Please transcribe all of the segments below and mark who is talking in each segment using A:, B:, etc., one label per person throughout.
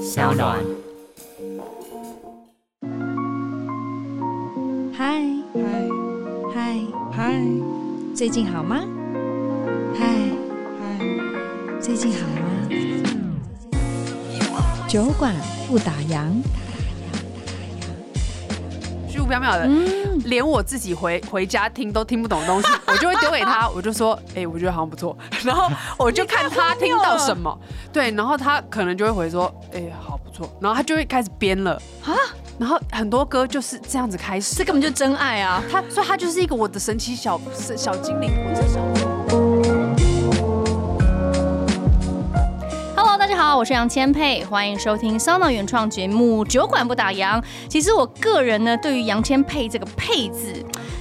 A: 小暖。
B: 嗨
C: 嗨
B: 嗨，
C: 嗨
B: 最近好吗？嗨，
C: 嗨，
B: 最近好吗？酒馆不打烊，
D: 虚无缥缈的，连我自己回回家听都听不懂的东 西，我就会丢给他，我就说，哎、我觉得好像不错， 然后我就看他听到什么，对，然后他可能就会回说，哎、好不错，然后他就会开始编了啊，然后很多歌就是这样子开始，
E: 这根本就真爱啊！
D: 他，所以他就是一个我的神奇小小精灵，我真小。
E: Hello，大家好，我是杨千佩，欢迎收听 Sono 原创节目《酒馆不打烊》。其实我个人呢，对于杨千佩这个“佩”字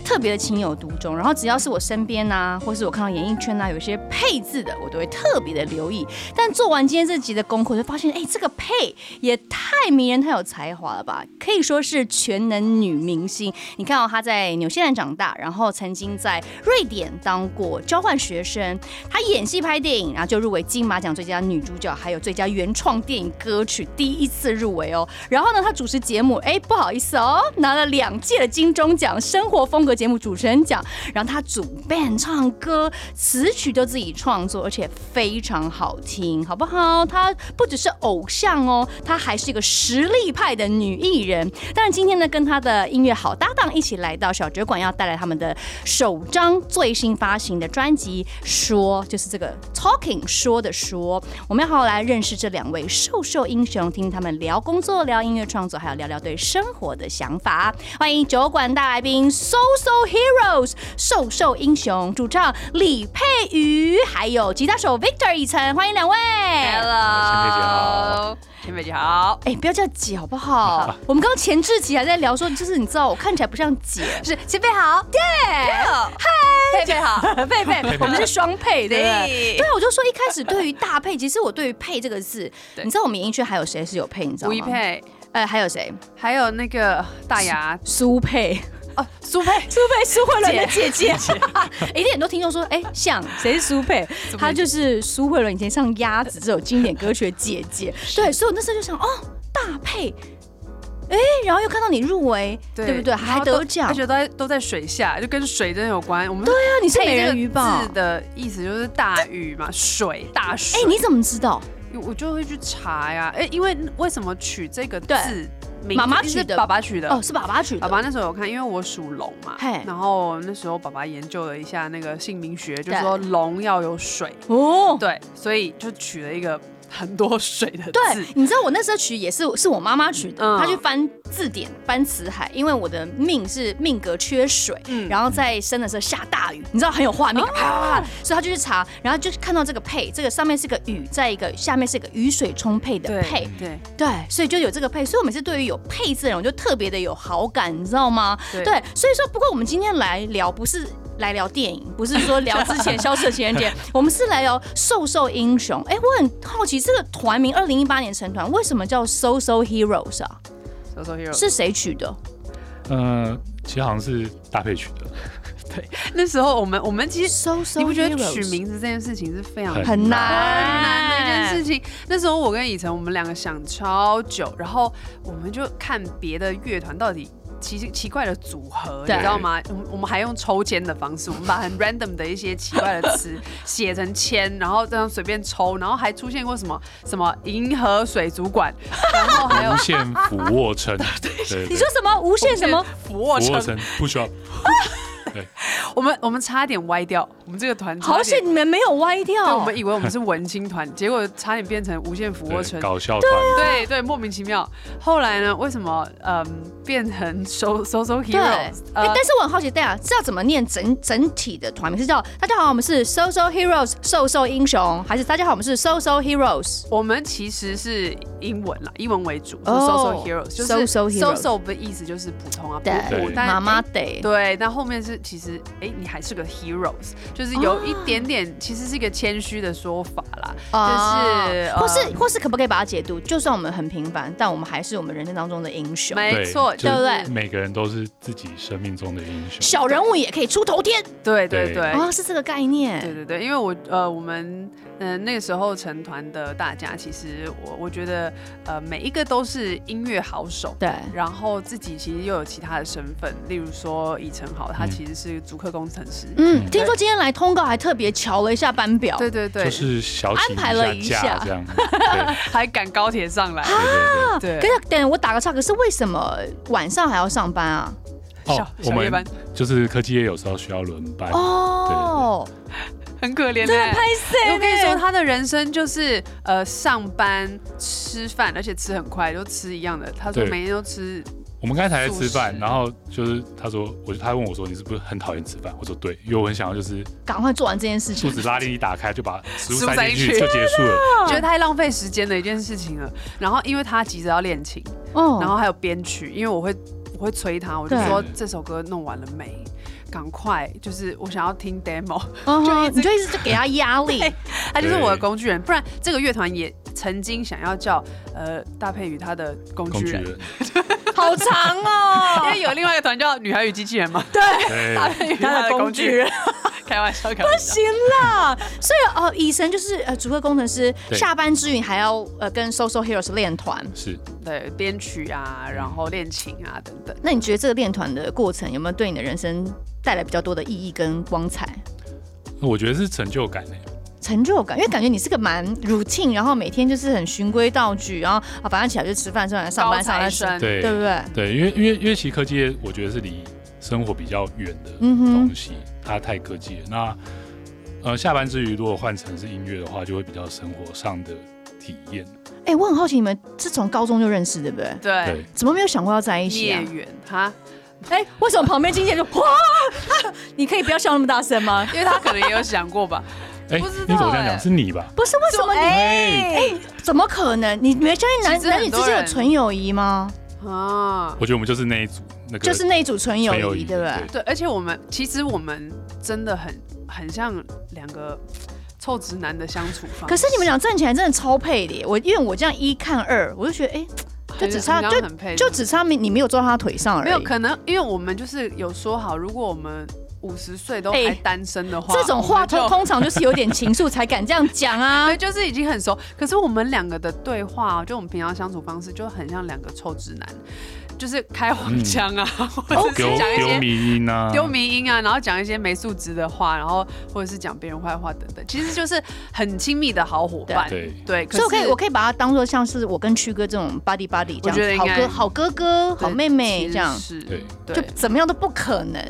E: 特别的情有独钟，然后只要是我身边啊，或是我看到演艺圈啊有一些“佩”字的，我都会特别的留意。但做完今天这集的功课，我就发现，哎、这个“佩”也太迷人、太有才华了吧，可以说是全能女明星。你看到、哦她在纽西兰长大，然后曾经在瑞典当过交换学生，她演戏拍电影，然后就入围金马奖最佳女主角，还有最佳原创电影歌曲，第一次入围哦。然后呢，她主持节目，哎，不好意思哦，拿了两届的金钟奖生活风格节目主持人奖。然后她主 band 唱歌，词曲都自己创作，而且非常好听，好不好？她不只是偶像哦，她还是一个实力派的女艺人。当然，今天呢，跟她的音乐好搭档一起来到小酒馆，要带来他们的首张最新发行的专辑《说》，就是这个 Talking 说的说。我们要好好来认识这两位瘦瘦英雄，听他们聊工作、聊音乐创作，还有聊聊对生活的想法。欢迎酒馆大来宾 So So Heroes 瘦瘦英雄主唱李佩瑜，还有吉他手 Victor 以晨，欢迎两位。
A: Hello
D: 千美姐好，
E: 哎、不要叫姐好不好？我们刚刚前置期还在聊说，就是你知道我看起来不像姐，
B: 是前辈好，
E: 对，
B: 佩佩 好，
E: 贝贝，我们是双配，对不对？
B: 对
E: 对啊，我就说一开始对于大配，其实我对于配这个字，
D: 对
E: 你知道我们演艺圈还有谁是有配，你知道
D: 吴
E: 吗？
D: 一，佩，
E: 呃，还有谁？
D: 还有那个大牙
E: 苏配，
D: 哦，苏佩，
E: 苏配苏慧伦的姐姐，一定很多听众说，哎，像谁是苏配？她就是苏慧伦以前唱《鸭子》这首经典歌曲的姐姐。对，所以我那时候就想，哦，大配。哎，然后又看到你入围，对不对？
D: 然
E: 还
D: 后都
E: 得奖
D: 而，且都在都在水下，就跟水真的有关。我们
E: 对啊，你是
D: 配
E: 美
D: 这个
E: 人鱼吧
D: 字？的意思就是大雨嘛，水大
E: 哎
D: 水。，
E: 你怎么知道？
D: 我就会去查呀，哎，因为为什么取这个
E: 对
D: 字？名字
E: 妈妈
D: 是
E: 取的
D: 爸爸取的。
E: 哦，是爸爸取的。
D: 爸爸那时候有看，因为我属龙嘛
E: 嘿，
D: 然后那时候爸爸研究了一下那个姓名学，就
E: 对
D: 说龙要有水，
E: 哦，
D: 对，所以就取了一个很多 水的字
E: 对。，你知道我那时候取也是是我妈妈取的，
D: 嗯
E: 她去翻字典、翻词海，因为我的命是命格缺水，
D: 嗯哦
E: 然后在生的时候下大雨，你知道很有画面，啊、所以她就去查，然后就看到这个配，这个上面是个雨，在一个下面是个雨水充沛的配，
D: 对
E: 对，所以就有这个配，所以我每次对于有配字的人，我就特别的有好感，你知道吗？
D: 对
E: 对，所以说，不过我们今天来聊不是。 来聊电影，不是说聊之前消失的情人 节，我们是来聊《瘦瘦英雄》。哎，我很好奇这个团名，二零一八年成团，为什么叫《So So Heroes》啊？
D: ，So So Hero
E: 是谁取的？
A: 呃，其实好像是搭配曲的，
D: 那时候我们我们其实
E: So So，
D: 你不觉得
E: Heroes
D: 取名字这件事情是非常
E: 很
D: 难的一件
E: 难？
D: 事情。那时候我跟以晨，我们两个想超久，然后我们就看别的乐团到底。奇奇怪的组合，你
E: 对
D: 知道吗？我们我们还用抽签的方式，我们把很 random 的一些奇怪的词写成签，然后这样随便抽，然后还出现过什么什么银河水 族馆，然后还有
A: 无限俯卧撑，对，
E: 你说什么无限什么？
D: 俯卧
A: 俯卧
D: 撑，
A: 撑不需要，
D: 我们我们差点歪掉，我们这个团差
E: 好
D: 点
E: 险你哦们没有歪
D: 对，我
E: 掉。
D: 们以为我们是文青团，结果差点变成无限俯卧撑
A: 对，。搞笑团，
D: 对对，莫名其妙。后来呢？为什么嗯变成 so so so
E: 对，哎
D: heroes？、呃
E: 但是我很好奇，对啊，是要怎么念整整体的团名？是叫大家好，我们是 So So Heroes 瘦瘦英雄，还是大家好，我们是 So So Heroes？
D: 我们其实是英文啦，英文为主，
E: 哦
D: 说 so so heroes 就
E: so
D: 是
E: so heroes
D: so 的意思就是普通啊，
E: 对
D: 普普。但
E: 妈妈
D: 诶
E: 得，
D: 对，但后面是其实哎、你还是个 heroes，就是有
E: 哦
D: 一点点，其实是一个谦虚的说法啦。就是
E: 或
D: 呃
E: 是或是可不可以把它解读，就算我们很平凡，但我们还是我们人生当中的英雄。
D: 没错，
A: 就
D: 对
E: 对不
D: 不
E: 对
D: 对？
A: 每个人都是自己生命中的英雄。
E: 小人物也可以出头天
D: 对对
A: 对
D: 对。
E: 啊、是这个概
D: 对
E: 念。
D: 对对，因为我呃，我们嗯、呃那个时候成团的大家，其实我我觉得呃每一个都是音乐好手，
E: 对，嗯
D: 然后自己其实又有其他的身份，例如说以晨豪，他
A: 嗯
D: 其实是足科工程师。
E: 嗯，听说今天来通告还特别瞧了一下班表，
D: 对对对，
A: 就是小请
E: 安排了
A: 一
E: 一
A: 下
E: 下
A: 假这样。对
D: 还赶高铁上来，
A: 对
D: 对
E: 可，是等我打个岔，可是为什么晚上还要上班啊？
A: 对对。
D: 小
A: 哦我
D: 小夜班
A: 们就是科技业有时候需要轮班。
E: 哦，
D: 很可怜
E: 真的
D: 的。
E: 拍摄，
D: 我跟你说，，他的人生就是呃上班吃饭，而且吃很快，都吃一样的。他说
A: 对
D: 每天都吃，
A: 我们刚才在吃
D: 素
A: 饭，
D: 食
A: 然后就是他说，我他问我说，你是不是很讨厌吃饭？我说对，因为我很想要就是
E: 赶快做完这件事
A: 肚
E: 情。
A: 子拉链一打开就把食物
D: 食物
A: 塞进
D: 塞进去
A: 去就结束
E: 嗯
A: 了。
D: 觉得太浪费时间的一件事情了。然后因为他急着要练琴，
E: 哦
D: 然后还有编曲，因为我会我会催他，我就
E: 对
D: 说这首歌弄完了没？赶快，就是我想要听 demo，
E: 嗯
D: 就一
E: 哼
D: 直
E: 你就一直就给他压力，
D: 他就是我的工具人。不然这个乐团也曾经想要叫呃搭配与他的工
A: 工
D: 具
A: 具
D: 人，
A: 人，
E: 好长 哦。
D: 因为有另外一个团叫女孩与机器人嘛，
A: 对，
D: 搭 配与他的工具人， 开玩笑，开玩笑。
E: 行啦，所以哦，医生就是呃，主课工程师，
A: 对
E: 下班之余还要呃跟 Social Heroes 练团。
A: 是
D: 对，编曲啊，然后练琴啊等等。
E: 那你觉得这个练团的过程有没有对你的人生带来比较多的意义跟光彩、
A: 我觉得是成就感诶、欸
E: 成就感？因为感觉你是个蛮 routine，然后每天就是很循规蹈矩，然后啊反正起来就吃饭，吃完上班，
D: 高
E: 上班
D: 材
E: 吃，
D: 生，
A: 对
E: 对不对？
A: 对，因为因为因为其实科技业，我觉得是离生活比较远的
E: 嗯哼
A: 东西，它太科技了。那呃，下班之余如果换成是音乐的话，就会比较生活上的体验。
E: 哎、我很好奇，你们是从高中就认识，对不对？
D: 对
A: 对，
E: 怎么没有想过要在一起啊
D: 孽？缘哈，
E: 哎、为什么旁边经纪人就哇、 你可以不要笑那么大声吗？
D: 因为他可能也有想过吧。
A: 哎、
D: 不知道
A: 你怎么这样
D: 欸
A: 讲？是你吧？
E: 不是为什么你？
A: 哎、
E: 怎么可能？你没相信男
D: 其实很
E: 男女之
D: 多
E: 间有
D: 人
E: 纯友谊吗？
D: 啊，
A: 我觉得我们就是那一组，那个
E: 就是那一组纯友
A: 纯友
E: 谊，
A: 谊
E: 对不对
A: 对？
D: 对，而且我们其实我们真的很很像两个臭直男的相处方式。
E: 可是你们俩站起来真的超配的耶，我因为我这样一看二，我就觉得哎、就只差
D: 很像很配
E: 就只差没你没有坐到他腿上而已。
D: 没有可能，因为我们就是有说好，如果我们五十岁都
E: 哎
D: 还单身的话，
E: 这种
D: 我
E: 话
D: 们就
E: 通通常就是有点情愫才敢这样讲啊
D: 对，。就是已经很熟。可是我们两个的对话、哦就我们平常相处方式，就很像两个臭直男，就是开黄腔啊，或者
A: 丢
D: 是讲一
A: 丢
D: 些
A: 迷音啊，
D: 丢迷音啊，然后讲一些没素质的话，然后或者是讲别人坏话等等，其实就是很亲密的好伙伴。
A: 对，
D: 对， 可
E: 所以我可以
D: 是
E: 我可以把它当做像是我跟曲哥这种 buddy buddy
D: 我觉
E: 这样，
D: 得应
E: 好
D: 该
E: 哥好哥哥好
D: 对
E: 妹妹
D: 其实
E: 这样，
D: 是
A: 对
D: 对
E: 就怎么样都不可能。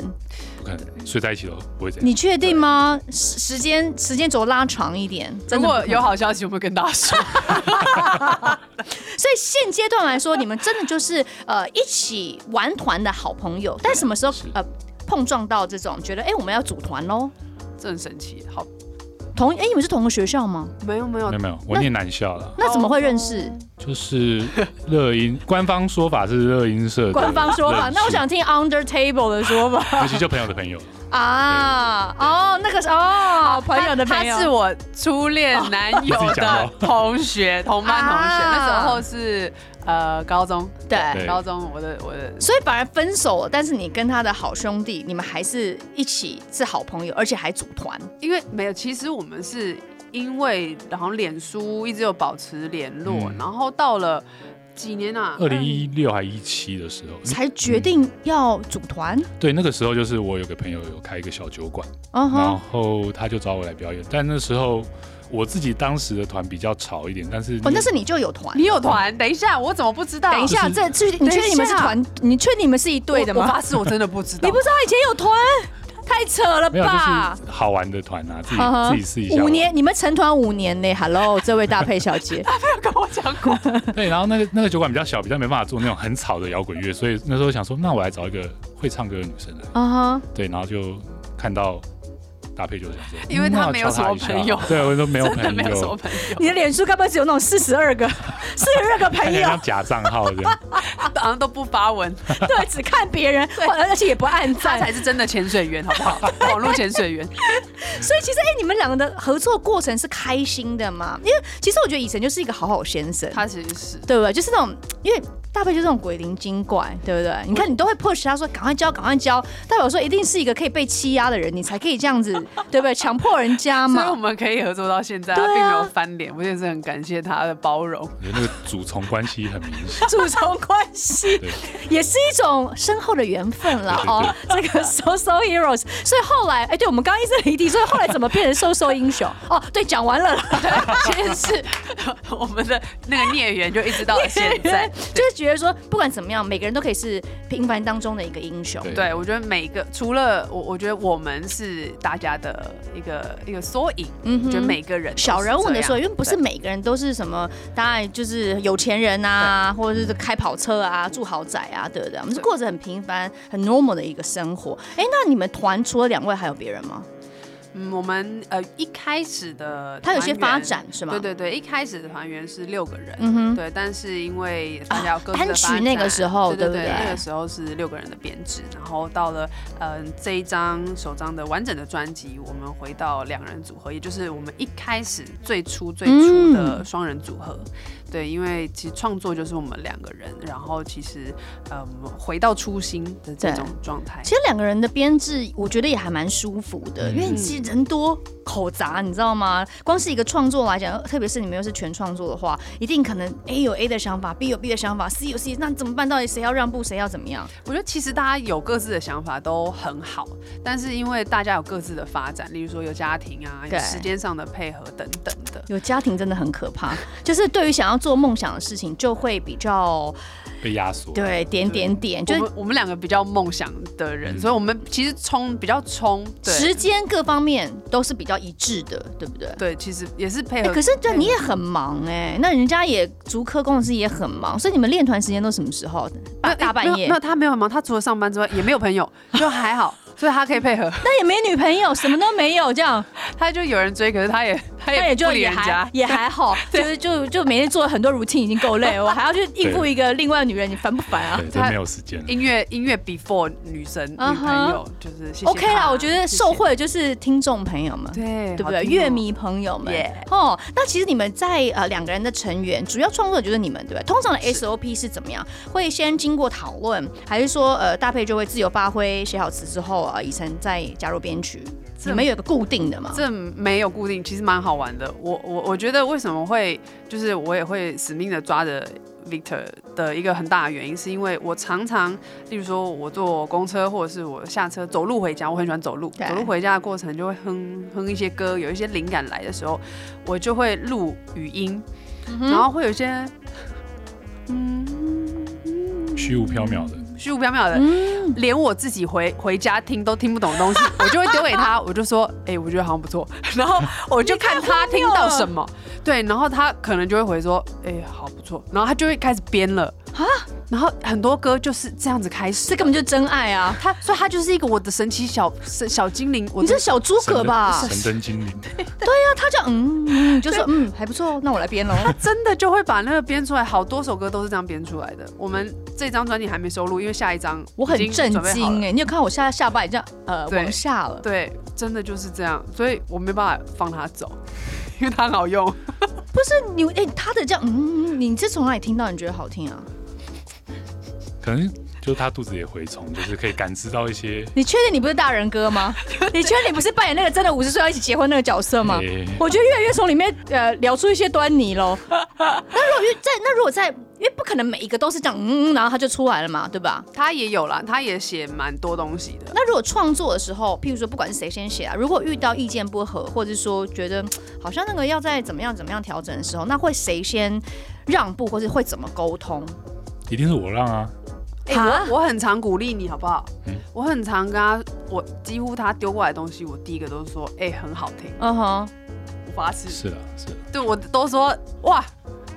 A: 不可能睡在一起都不会这样。
E: 你确定吗？时时间时间轴拉长一点，真的不
D: 如果
E: 可能
D: 有好消息，我们会跟大家说。
E: 所以现阶段来说，你们真的就是呃一起玩团的好朋友，但什么时候
A: 是
E: 呃碰撞到这种觉得哎、诶我们要组团喽？
D: 这很神奇。好，
E: 同哎、你们是同个学校吗？
D: 没有没有
A: 没有，没有，我念男校了，
E: 那怎么会认识？
A: 就是乐音，官方说法是乐音社的
E: 官方说
A: 认
E: 法，
A: 识
E: 那我想，听 under table 的说 法
A: 尤其就朋友的朋友，
E: 啊。哦，那个是哦，朋友的朋
D: 他是
E: 友。
D: 我初恋男 友
A: 哦你自己
D: 的
A: 讲
D: 同学，同班同学。
E: 啊
D: 那时候是呃高中，
E: 对
A: 对
D: 高中我的我的
E: 所以反而分手了，但是你跟他的好兄弟，你们还是一起是好朋友，而且还组团。
D: 因为没有，其实我们是因为然后脸书一直有保持联络，
A: 嗯
D: 然后到了几年啊，
A: 二零一六还一七的时候，
E: 才决定要组团。
A: 对，那个时候就是我有个朋友有开一个小酒馆，
E: 嗯
A: 然
E: 哼，
A: 后他就找我来表演，但那时候我自己当时的团比较吵一点，但是
E: 哦，那是你就有团。
D: 你有团？等一下，我怎么不知道？
E: 等一下，
A: 就是
E: 这这你确定你们是团？你确定你们是一队的
D: 我我
E: 吗？
D: 发誓我真的不知道。
E: 你不知道以前有团，太扯了
A: 没有
E: 吧！
A: 就是好玩的团啊，自己、
E: 嗯哼
A: 自己试一下玩。
E: 五年，你们成团五年呢？Hello，这 位大佩小姐，
D: 跟我讲过，
A: 对，然后那个那个酒馆比较小，比较没办法做那种很吵的摇滚乐，所以
E: Uh-huh
A: 那时候想说，那我来找一个会唱歌的女生来。
E: 啊哈，
A: 对，然后就看到搭配就想说，
D: 因为
A: 嗯
D: 他
A: 那
D: 没有
A: 敲
D: 什么
A: 一下
D: 朋友
A: 对我说没有 朋
D: 真的 没有什么
A: 友，
D: 朋
C: 你
D: 友，
C: 的脸书该不会只有那种四十二个、四十二个
A: 看
C: 朋
A: 起来
C: 友
A: 像？假账号这样。
D: 好像都不发文，
C: 对，只看别人，而且也不按
D: 他
C: 赞。
D: 才是真的潜水员，好不好？ 网络潜水员，
E: 所以其实哎、你们两个的合作过程是开心的嘛？因为其实我觉得以晨就是一个好好先生，
D: 他 其实是
E: 对不对？就是那种，因为大贝就是那种鬼灵精怪，对不对？你看你都会 push 他说赶快交，赶快交，代表说一定是一个可以被欺压的人，你才可以这样子，对不对？强迫人家
D: 所以 我
E: 嘛。
D: 们可以合作到现在，
E: 对
D: 他
E: 啊
D: 并没有翻脸，我也是很感谢他的包容。
A: 我觉得那个主从关系很明显。
C: 主从关系
A: 对
E: 也是一种深厚的缘分啦
A: 对对
E: 哦
A: 对。
E: 这个
C: ，so so heroes，所以后来，哎，对我们刚刚一直离题，所以后来怎么变成 so so 英雄？哦，对，讲完了啦，
D: 其实是我们的那个孽缘就一直到了现 在。
E: 就是觉得说，不管怎么样，每个人都可以是平凡当中的一个英雄。
A: 对
D: 对，我觉得每个除了我，我觉得我们是大家的一个一个缩影。
E: 嗯
D: 我觉得每个人都是
E: 小人物
D: 这
E: 的
D: 样
E: 时候，因为不是
D: 对
E: 每个人都是什么，当然就是有钱人啊，或者是开跑车啊，住豪宅啊，对不对？我们是过着很平凡、很 normal 的一个生活。哎，那你们团除了两位还有别人吗？
D: 嗯，我们呃一开始的
E: 他有些
D: 团
E: 发
D: 员
E: 展是吗？
D: 对对对，一开始的团员是六个人，
E: 嗯哼
D: 对，但是因为大家有各自
E: 啊
D: 的
E: 单曲
D: 发展
E: 那个时候对
D: 对
E: 不
D: 对，
E: 对
D: 那个时候是六个人的编制，然后到了嗯、这一张首张的完整的专辑，我们回到两人组合，也就是我们一开始最初最初
E: 嗯
D: 的双人组合。对，因为其实创作就是我们两个人，然后其实嗯、回到初心的这
E: 对
D: 种状态
E: 其。实两个人的编制，我觉得也还蛮舒服的，
A: 嗯
E: 因为其实人多口杂，你知道吗？光是一个创作来讲，特别是你们又是全创作的话，一定可能 A 有 A 的想法，B 有 B 的想法，C 有 C，那怎么办？到底谁要让步，谁要怎么样？
D: 我觉得其实大家有各自的想法都很好，但是因为大家有各自的发展，例如说有家庭啊，有
E: 对
D: 时间上的配合等等的。
E: 有家庭真的很可怕，就是对于想要做梦想的事情，就会比较
A: 被压缩。
E: 对点点点，就
D: 我
E: 是
D: 们我们两个比较梦想的人，
A: 嗯
D: 所以我们其实冲比较冲，对
E: 时间各方面都是比较一致的，对不对？
D: 对，其实也是配
E: 哎
D: 合。
E: 可是对你也很忙哎、那人家也足科工程师也很忙，所以你们练团时间都什么时候？大大半
D: 没有
E: 夜
D: 没有，他没有很忙，他除了上班之外也没有 朋友，就还好，所以他可以配合。
E: 那也没女朋友，什么都没有，这样
D: 他就有人追，可是他也他
E: 那
D: 也
E: 也
D: 不
E: 就
D: 理
E: 也
D: 人
E: 还
D: 家。
E: 也还好，就是就就每天做很多 routine 已经够累了，我还要去应付一个另外的女人，你烦不烦啊？
A: 对，真没有时间了。
D: 音乐音乐 before 女神女
E: 嗯哼
D: 朋友就是谢谢
E: OK 啦，
D: 她
E: 我觉得
D: 啊谢谢
E: 受惠的就是听众朋友们，
D: 对
E: 对不
D: 好
E: 对？
D: 听哦
E: 乐迷朋友们
D: Yeah
E: 哦，那其实你们在呃两个人的成员，主要创作就是你们，对不对？通常的
D: 是
E: SOP 是怎么样？会先经过讨论，还是说呃搭配就会自由发挥，写好词之后啊，呃以晨再加入编曲？
D: 这
E: 你们有一个固定的吗？
D: 这没有固定，其实蛮好玩的。我我我觉得为什么会就是我也会死命的抓着 Victor 的一个很大的原因，是因为我常常，例如说我坐公车或者是我下车走路回家，我很喜欢走路，
E: 对
D: 走路回家的过程就会哼哼一些歌，有一些灵感来的时候，我就会录语音，
E: 嗯
D: 然后会有一些
A: 虚无缥缈的，
D: 虚无缥缈的，
E: 嗯
D: 连我自己回回家听都听不懂 的东西，我就会丢给他，我就说，哎、我觉得好像不错， 然后我就看他听到什么，对，然后他可能就会回说，哎、好不错，然后他就会开始编了啊，然后很多歌就是这样子开始
E: 这，根本就是真爱啊！
D: 他，所以他就是一个我的神奇小神小精灵，我
E: 你
D: 的
E: 这小诸葛吧？
A: 神灯精灵，
E: 那他就嗯嗯，就说嗯还不错，那我来 编喽。
D: 真的就会把那个编出来，好多首歌都是这样编出来的。我们这张专辑还没收录，因为下一张
E: 我很
D: 已经
E: 震
D: 准备好了
E: 惊哎、你有看到我下下巴已经呃
D: 对
E: 往下了。
D: 对，真的就是这样，所以我没办法放他走， 因为他很好用。
E: 你哎、他的这样，嗯，你是从哪里听到你觉得好听啊？
A: 可能就是他肚子也蛔虫，就是可以感知到一些。
E: 你确定你不是大人哥吗？你确定你不是扮演那个真的五十岁要一起结婚那个角色吗？
A: 诶
E: 我觉得越来越从里面呃聊出一些端倪喽。那如果越在那如果在，因为不可能每一个都是这样，嗯，嗯然后他就出来了嘛，对吧？
D: 他也有啦，他也写蛮多东西的。
E: 那如果创作的时候，譬如说不管是谁先写啊，如果遇到意见不合，或者是说觉得嗯好像那个要再怎么样怎么样调整的时候，那会谁先让步，或是会怎么沟通？
A: 一定是我让啊，
D: 哎、
E: 哈
D: 我我很常鼓励你，好不好？
A: 嗯
D: 我很常跟他，我几乎他丢过来的东西，我第一个都是说，哎、很好听，
E: 嗯哼，
D: 我发誓。
A: 是啊，是啊。
D: 对我都说，哇，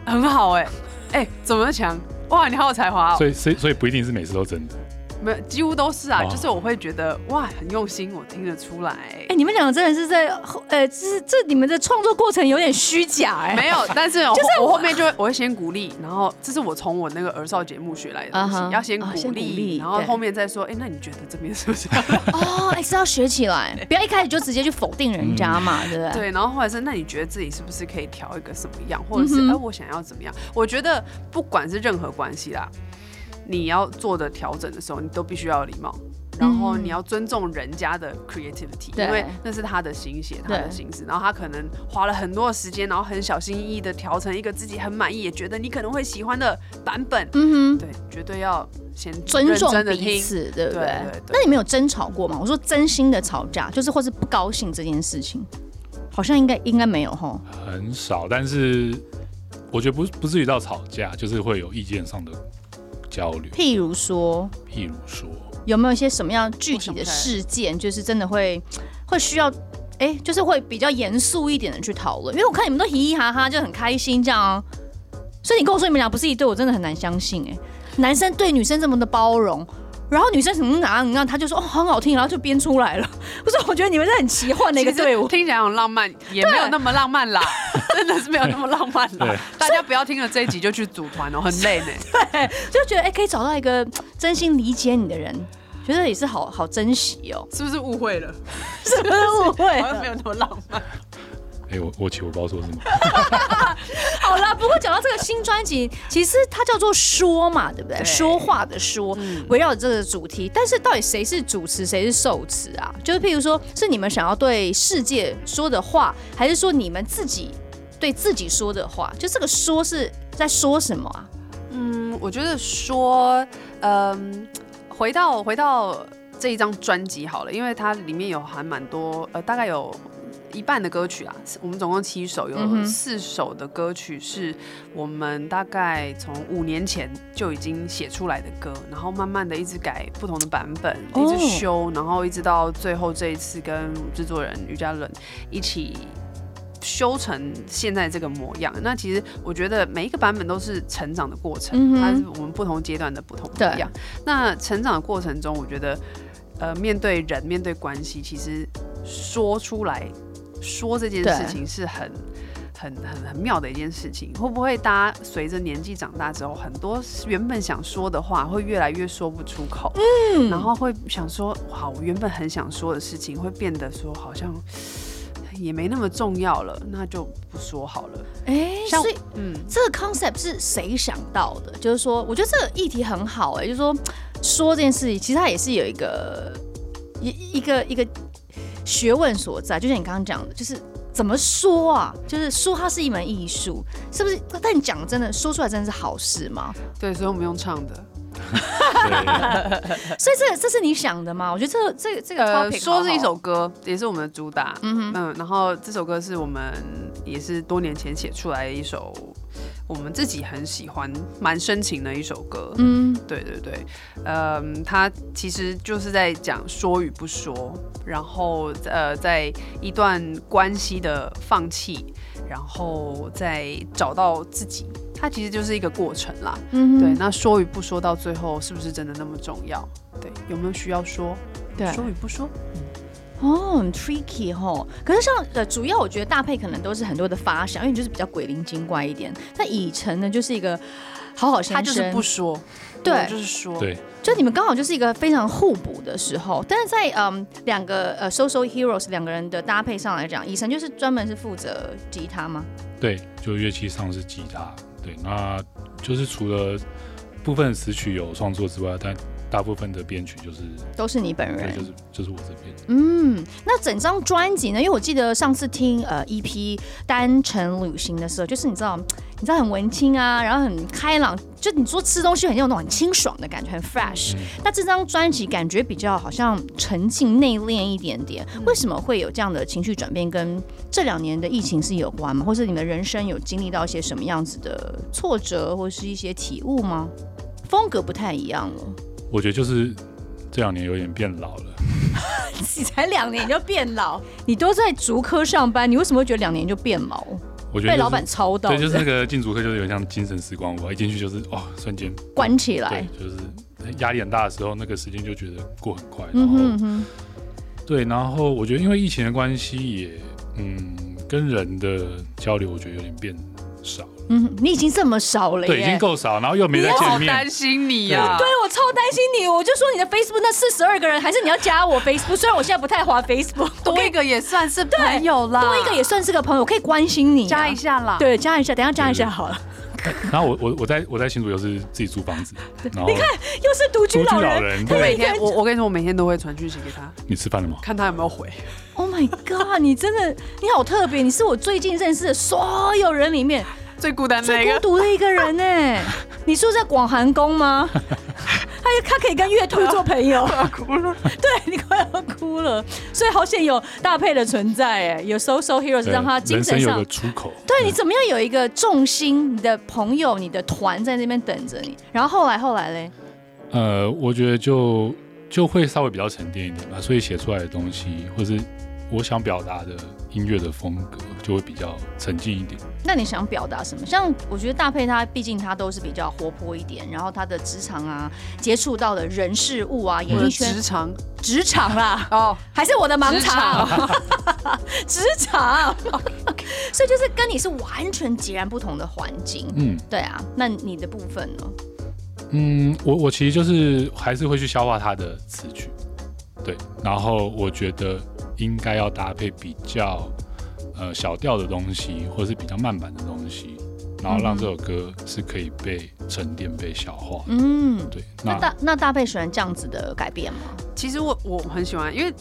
D: 很好哎、哎、怎么强？哇，你好有才华哦、
A: 所以，所以，所以不一定是每次都真的。哦
D: 没有几乎都是啊，
A: 哇
D: 就是我会觉得哇很用心，我听得出来
C: 哎、。你们两个真的是在，呃，这这你们的创作过程有点虚假哎、
D: 没有，但是我
C: 就是
D: 我后面就会我会先鼓励，然后这是我从我那个儿少节目学来的东西
E: 啊哈
D: 要先
E: 啊
D: 鼓
E: 先鼓
D: 励，
E: 励
D: 然后
E: 对
D: 后面再说，哎、那你觉得这边是不是？
E: 哦，哎，是要学起来，不要一开始就直接去否定人家嘛，对不对？
D: 嗯对，然后后来是，那你觉得自己是不是可以调一个什么样，或者是哎、
E: 嗯哼
D: 呃我想要怎么样？我觉得不管是任何关系啦，你要做的调整的时候，你都必须要有礼貌，然后你要尊重人家的 creativity，、
E: 嗯对
D: 因为那是他的心血，他的
E: 对
D: 心思，然后他可能花了很多的时间，然后很小心翼翼的调成一个自己很满意，也觉得你可能会喜欢的版本。
E: 嗯哼，
D: 对，绝对要先
E: 尊重
D: 认真的
E: 彼
D: 听。
E: 此，对不对
D: 对对对？
E: 那你们有争吵过吗？我说真心的吵架，就是或是不高兴这件事情，好像应该应该没有吼。
A: 很少，但是我觉得不不至于到吵架，就是会有意见上的交流。
E: 譬如说，
A: 譬如说，
E: 有没有一些什么样具体的事件，就是真的会会需要，哎、就是会比较严肃一点的去讨论？因为我看你们都嘻嘻哈哈，就很开心这样、啊。所以你跟我说你们俩不是一对，我真的很难相信哎、男生对女生这么的包容，然后女生什么哪样哪，他就说哦很好听，然后就编出来了。 不是，我觉得你们是很奇幻的一个
D: 其实
E: 队伍。
D: 听起来很浪漫，也没有那么浪漫啦， 真的是没有那么浪漫啦
A: 对。
D: 大家不要听了这一集就去组团哦，很累呢。
E: 就觉得哎、可以找到一个真心理解你的人，觉得也是好好珍惜哦。
D: 是不是误会了？
E: 是不是误会
D: 好？像没有那么浪漫。
A: 哎、我我其实我不知道说什么。
E: 好啦，不过讲到这个新专辑，其实它叫做“说”嘛，对不对？
D: 对
E: 说话的“说
D: 嗯”，
E: 围绕着这个主题。但是到底谁是主持，谁是受持啊？就是譬如说，是你们想要对世界说的话，还是说你们自己对自己说的话？就这个“说”是在说什么啊？
D: 嗯，我觉得说，嗯，回到回到这一张专辑好了，因为它里面有还蛮多，呃，大概有一半的歌曲啊，是我们总共七首，
E: 嗯
D: 有
E: 哼
D: 四首的歌曲是我们大概从五年前就已经写出来的歌，然后慢慢的一直改不同的版本，
E: 哦
D: 一直修，然后一直到最后这一次跟制作人于嘉伦一起修成现在这个模样。那其实我觉得每一个版本都是成长的过程，
E: 嗯哼
D: 它是我们不同阶段的不同
E: 对
D: 模样。那成长的过程中，我觉得呃，面对人、面对关系，其实说出来说这件
E: 对
D: 事情是很。很很很妙的一件事情，会不会大家随着年纪长大之后，很多原本想说的话会越来越说不出口，嗯，然后会想说，哇，我原本很想说的事情会变得说好像 也没那么重要了，那就不说好了。
E: 哎，
D: 像
E: 所以
D: 嗯，
E: 这个 concept 是谁想到的？欸就是说，我觉得这个议题很好哎、就是说说这件事情，其实它也是有一个一一个一个学问所在，就像你刚刚讲的，就是。怎么说啊？就是说，它是一门艺术，是不是？但你讲真的，说出来真的是好事吗？
D: 对，所以我们用唱的，
A: 对，
E: 所以这个这是你想的吗？我觉得这个这个这个 topic
D: 呃说是一
E: 好
D: 首歌，也是我们的主打，嗯然后这首歌是我们也是多年前写出来的一首，我们自己很喜欢、蛮深情的一首歌，
E: 好，嗯，
D: 对对对，嗯，他其实就是在讲说与不说，然后呃，在一段关系的放弃，然后再找到自己，它其实就是一个过程啦。
E: 嗯哼
D: 对，那说与不说到最后是不是真的那么重要？对，有没有需要说？
E: 对
D: 说与不说，
E: 哦，很 tricky 吼。可是像呃，主要我觉得大配可能都是很多的发想，因为你就是比较鬼灵精怪一点。但以晨呢，就是一个好好先生，
D: 他就是不说，
E: 对
D: 我就是说，
A: 对
E: 就你们刚好就是一个非常互补的时候，但是在嗯两个呃 social heroes 两个人的搭配上来讲，以晨就是专门是负责吉他吗？
A: 对，就乐器上是吉他。对，那就是除了部分词曲有创作之外，但大部分的编曲就是
E: 都是你本
A: 对，就
E: 人。
A: 是就是我这边。
E: 嗯，那整张专辑呢？因为我记得上次听呃 EP 单程旅行的时候，就是你知道，嗯你知道很文青啊，然后很开朗，就你说吃东西很有那种很清爽的感觉，很 fresh。那这张专辑感觉比较好像沉静内敛一点点，为什么会有这样的情绪转变？跟这两年的疫情是有关吗？或是你们人生有经历到一些什么样子的挫折，或是一些体悟吗？风格不太一样了，
A: 我觉得就是这两年有点变老了。
E: 你才两年你就变老，你都在竹科上班，你为什么会觉得两年就变老？
A: 我觉得、就是、
E: 被老板操到，
A: 对，就是那个进组课，就是有点像精神时光屋，一进去就是哦，瞬间
E: 关起来
A: 对。，就是压力很大的时候，那个时间就觉得过很快。然
E: 嗯
A: 后、
E: 哼嗯哼，
A: 对，然后我觉得因为疫情的关系，也嗯，跟人的交流我觉得有点变少了，
E: 嗯哼，你已经这么少了耶，
A: 对，已经够少，然后又没再
D: 我好
A: 见
D: 担
A: 面，
D: 心你啊呀、
C: 对，我超担心你，我就说你的 Facebook 那四十二个人，还是你要加我 Facebook？虽然我现在不太滑 Facebook，
D: 多一个也算是朋友啦，
C: 多一个也算是个朋友，我可以关心你啊、
D: 加一下啦。
C: 对，加一下，等一下加一下好了。
A: 然后我我我在我在新竹又是自己租房子，然后
C: 又是独居
A: 独居
C: 老
A: 老
C: 人
A: 人，
D: 我
A: 对，
D: 每天我我跟你说，我每天都会传讯息给他，
A: 你吃饭了吗？
D: 看他有没有回。
C: ，Oh my God！你真的你好特别，你是我最近认识的所有人里面
D: 最孤单的
C: 最
D: 一
C: 孤
D: 个，
C: 独的一个人呢。 你住在广寒宫吗？他他可以跟月兔做朋友，
D: 哭了。
C: 对你快要哭了，所以好险有大佩的存在，哎，有 So So Heroes
A: 对
C: 让他精
A: 人生
C: 神
A: 有
C: 上
A: 个嗯出口，
C: 对你怎么样有一个重心，你的朋友、你的团在那边等着你，然后后来后来嘞，
A: 呃，我觉得就就会稍微比较沉淀一点吧，所以写出来的东西，或是我想表达的音乐的风格，就会比较沉静一点。
E: 那你想表达什么？像我觉得大佩他，毕竟他都是比较活泼一点，然后他的职场啊，接触到的人事物啊，
D: 我
E: 演
D: 的
E: 艺圈
D: 职场
C: 职场啊啦，
D: 哦，
C: 还是我的盲
D: 职
C: 场，
D: 场
C: 职场，
E: 所以就是跟你是完全截然不同的环境。
A: 嗯
E: 对啊，那你的部分呢？
A: 嗯，我我其实就是还是会去消化它的词曲，对，然后我觉得应该要搭配比较呃小调的东西，或是比较慢版的东西，然后让这首歌是可以被沉淀、被消化的。
E: 嗯嗯，
A: 对，
E: 那
A: 那
E: 大那大佩喜欢这样子的改变吗？
D: 其实我我很喜欢，因为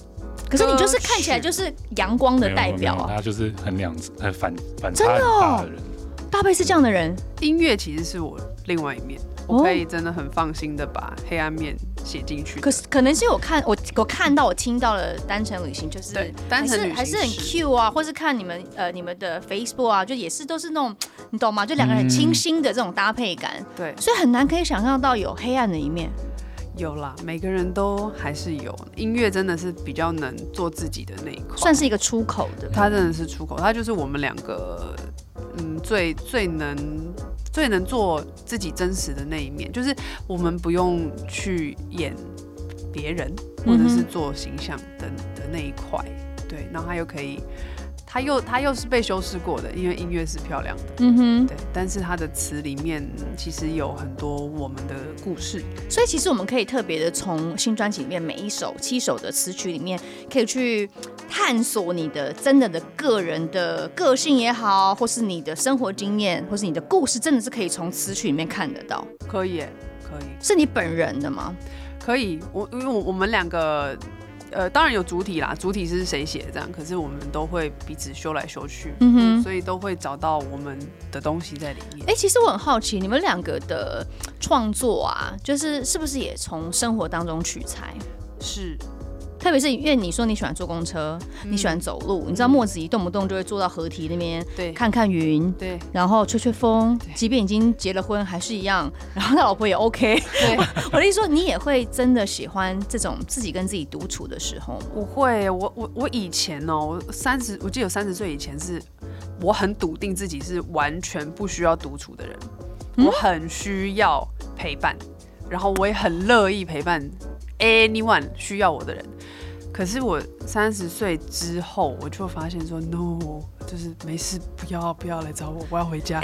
E: 可是你就是
D: 歌曲
E: 看起来就是阳光的代
A: 呃没
E: 表
A: 有没有
E: 啊，
A: 他就是很两很反反差
E: 真的
A: 很大
E: 哦
A: 的人。
E: 大佩是这样的人，
D: 音乐其实是我另外一面，我可以真的很放心的把黑暗面写进去的。
E: 可是可能是我看我我看到我听到了单程旅行，就是
D: 对单程旅行
E: 还是还是很
D: 是
E: Q 啊，或是看你们呃你们的 Facebook 啊，就也是都是那种你懂吗？就两个
A: 嗯
E: 人很清新的这种搭配感，
D: 对，
E: 所以很难可以想象到有黑暗的一面。
D: 有啦，每个人都还是有音乐，真的是比较能做自己的那一块。
E: 算是一个出口的。
D: 它真的是出口，它就是我们两个，嗯，最最能最能做自己真实的那一面，就是我们不用去演别人，或者是做形象的的那一块，对，然后它又可以，它又它又是被修饰过的，因为音乐是漂亮的，
E: 嗯哼，
D: 对，但是它的词里面其实有很多我们的故事，
E: 所以其实我们可以特别的从新专辑里面每一首七首的词曲里面，可以去探索你的真的的个人的个性也好，或是你的生活经验，或是你的故事，真的是可以从词曲里面看得到，
D: 可以耶，可以。
E: 是你本人的吗？
D: 可以，我因为我我们两个，呃，当然有主体啦，主体是谁写的这样，可是我们都会彼此修来修去，
E: 嗯哼
D: 所以都会找到我们的东西在里面。
E: 哎、其实我很好奇，你们两个的创作啊，就是是不是也从生活当中取材？
D: 是，
E: 特别是因为你说你喜欢坐公车，
D: 嗯
E: 你喜欢走路，你知道墨子怡动不动就会坐到河堤那边
D: 对，
E: 看看云，
D: 对
E: 然后吹吹风
D: 对，
E: 即便已经结了婚还是一样， 然后他老婆也 OK。
D: 对，
E: 我的意思说，你也会真的喜欢这种自己跟自己独处的时候吗？
D: 我会，我我我以前哦、我三十，我记得我三十岁以前是，我很笃定自己是完全不需要独处的人，我很需要陪伴，然后我也很乐意陪伴 anyone 需要我的人。可是我三十岁之后，我就发现说，no，就是没事，不要不要来找我，我要回家，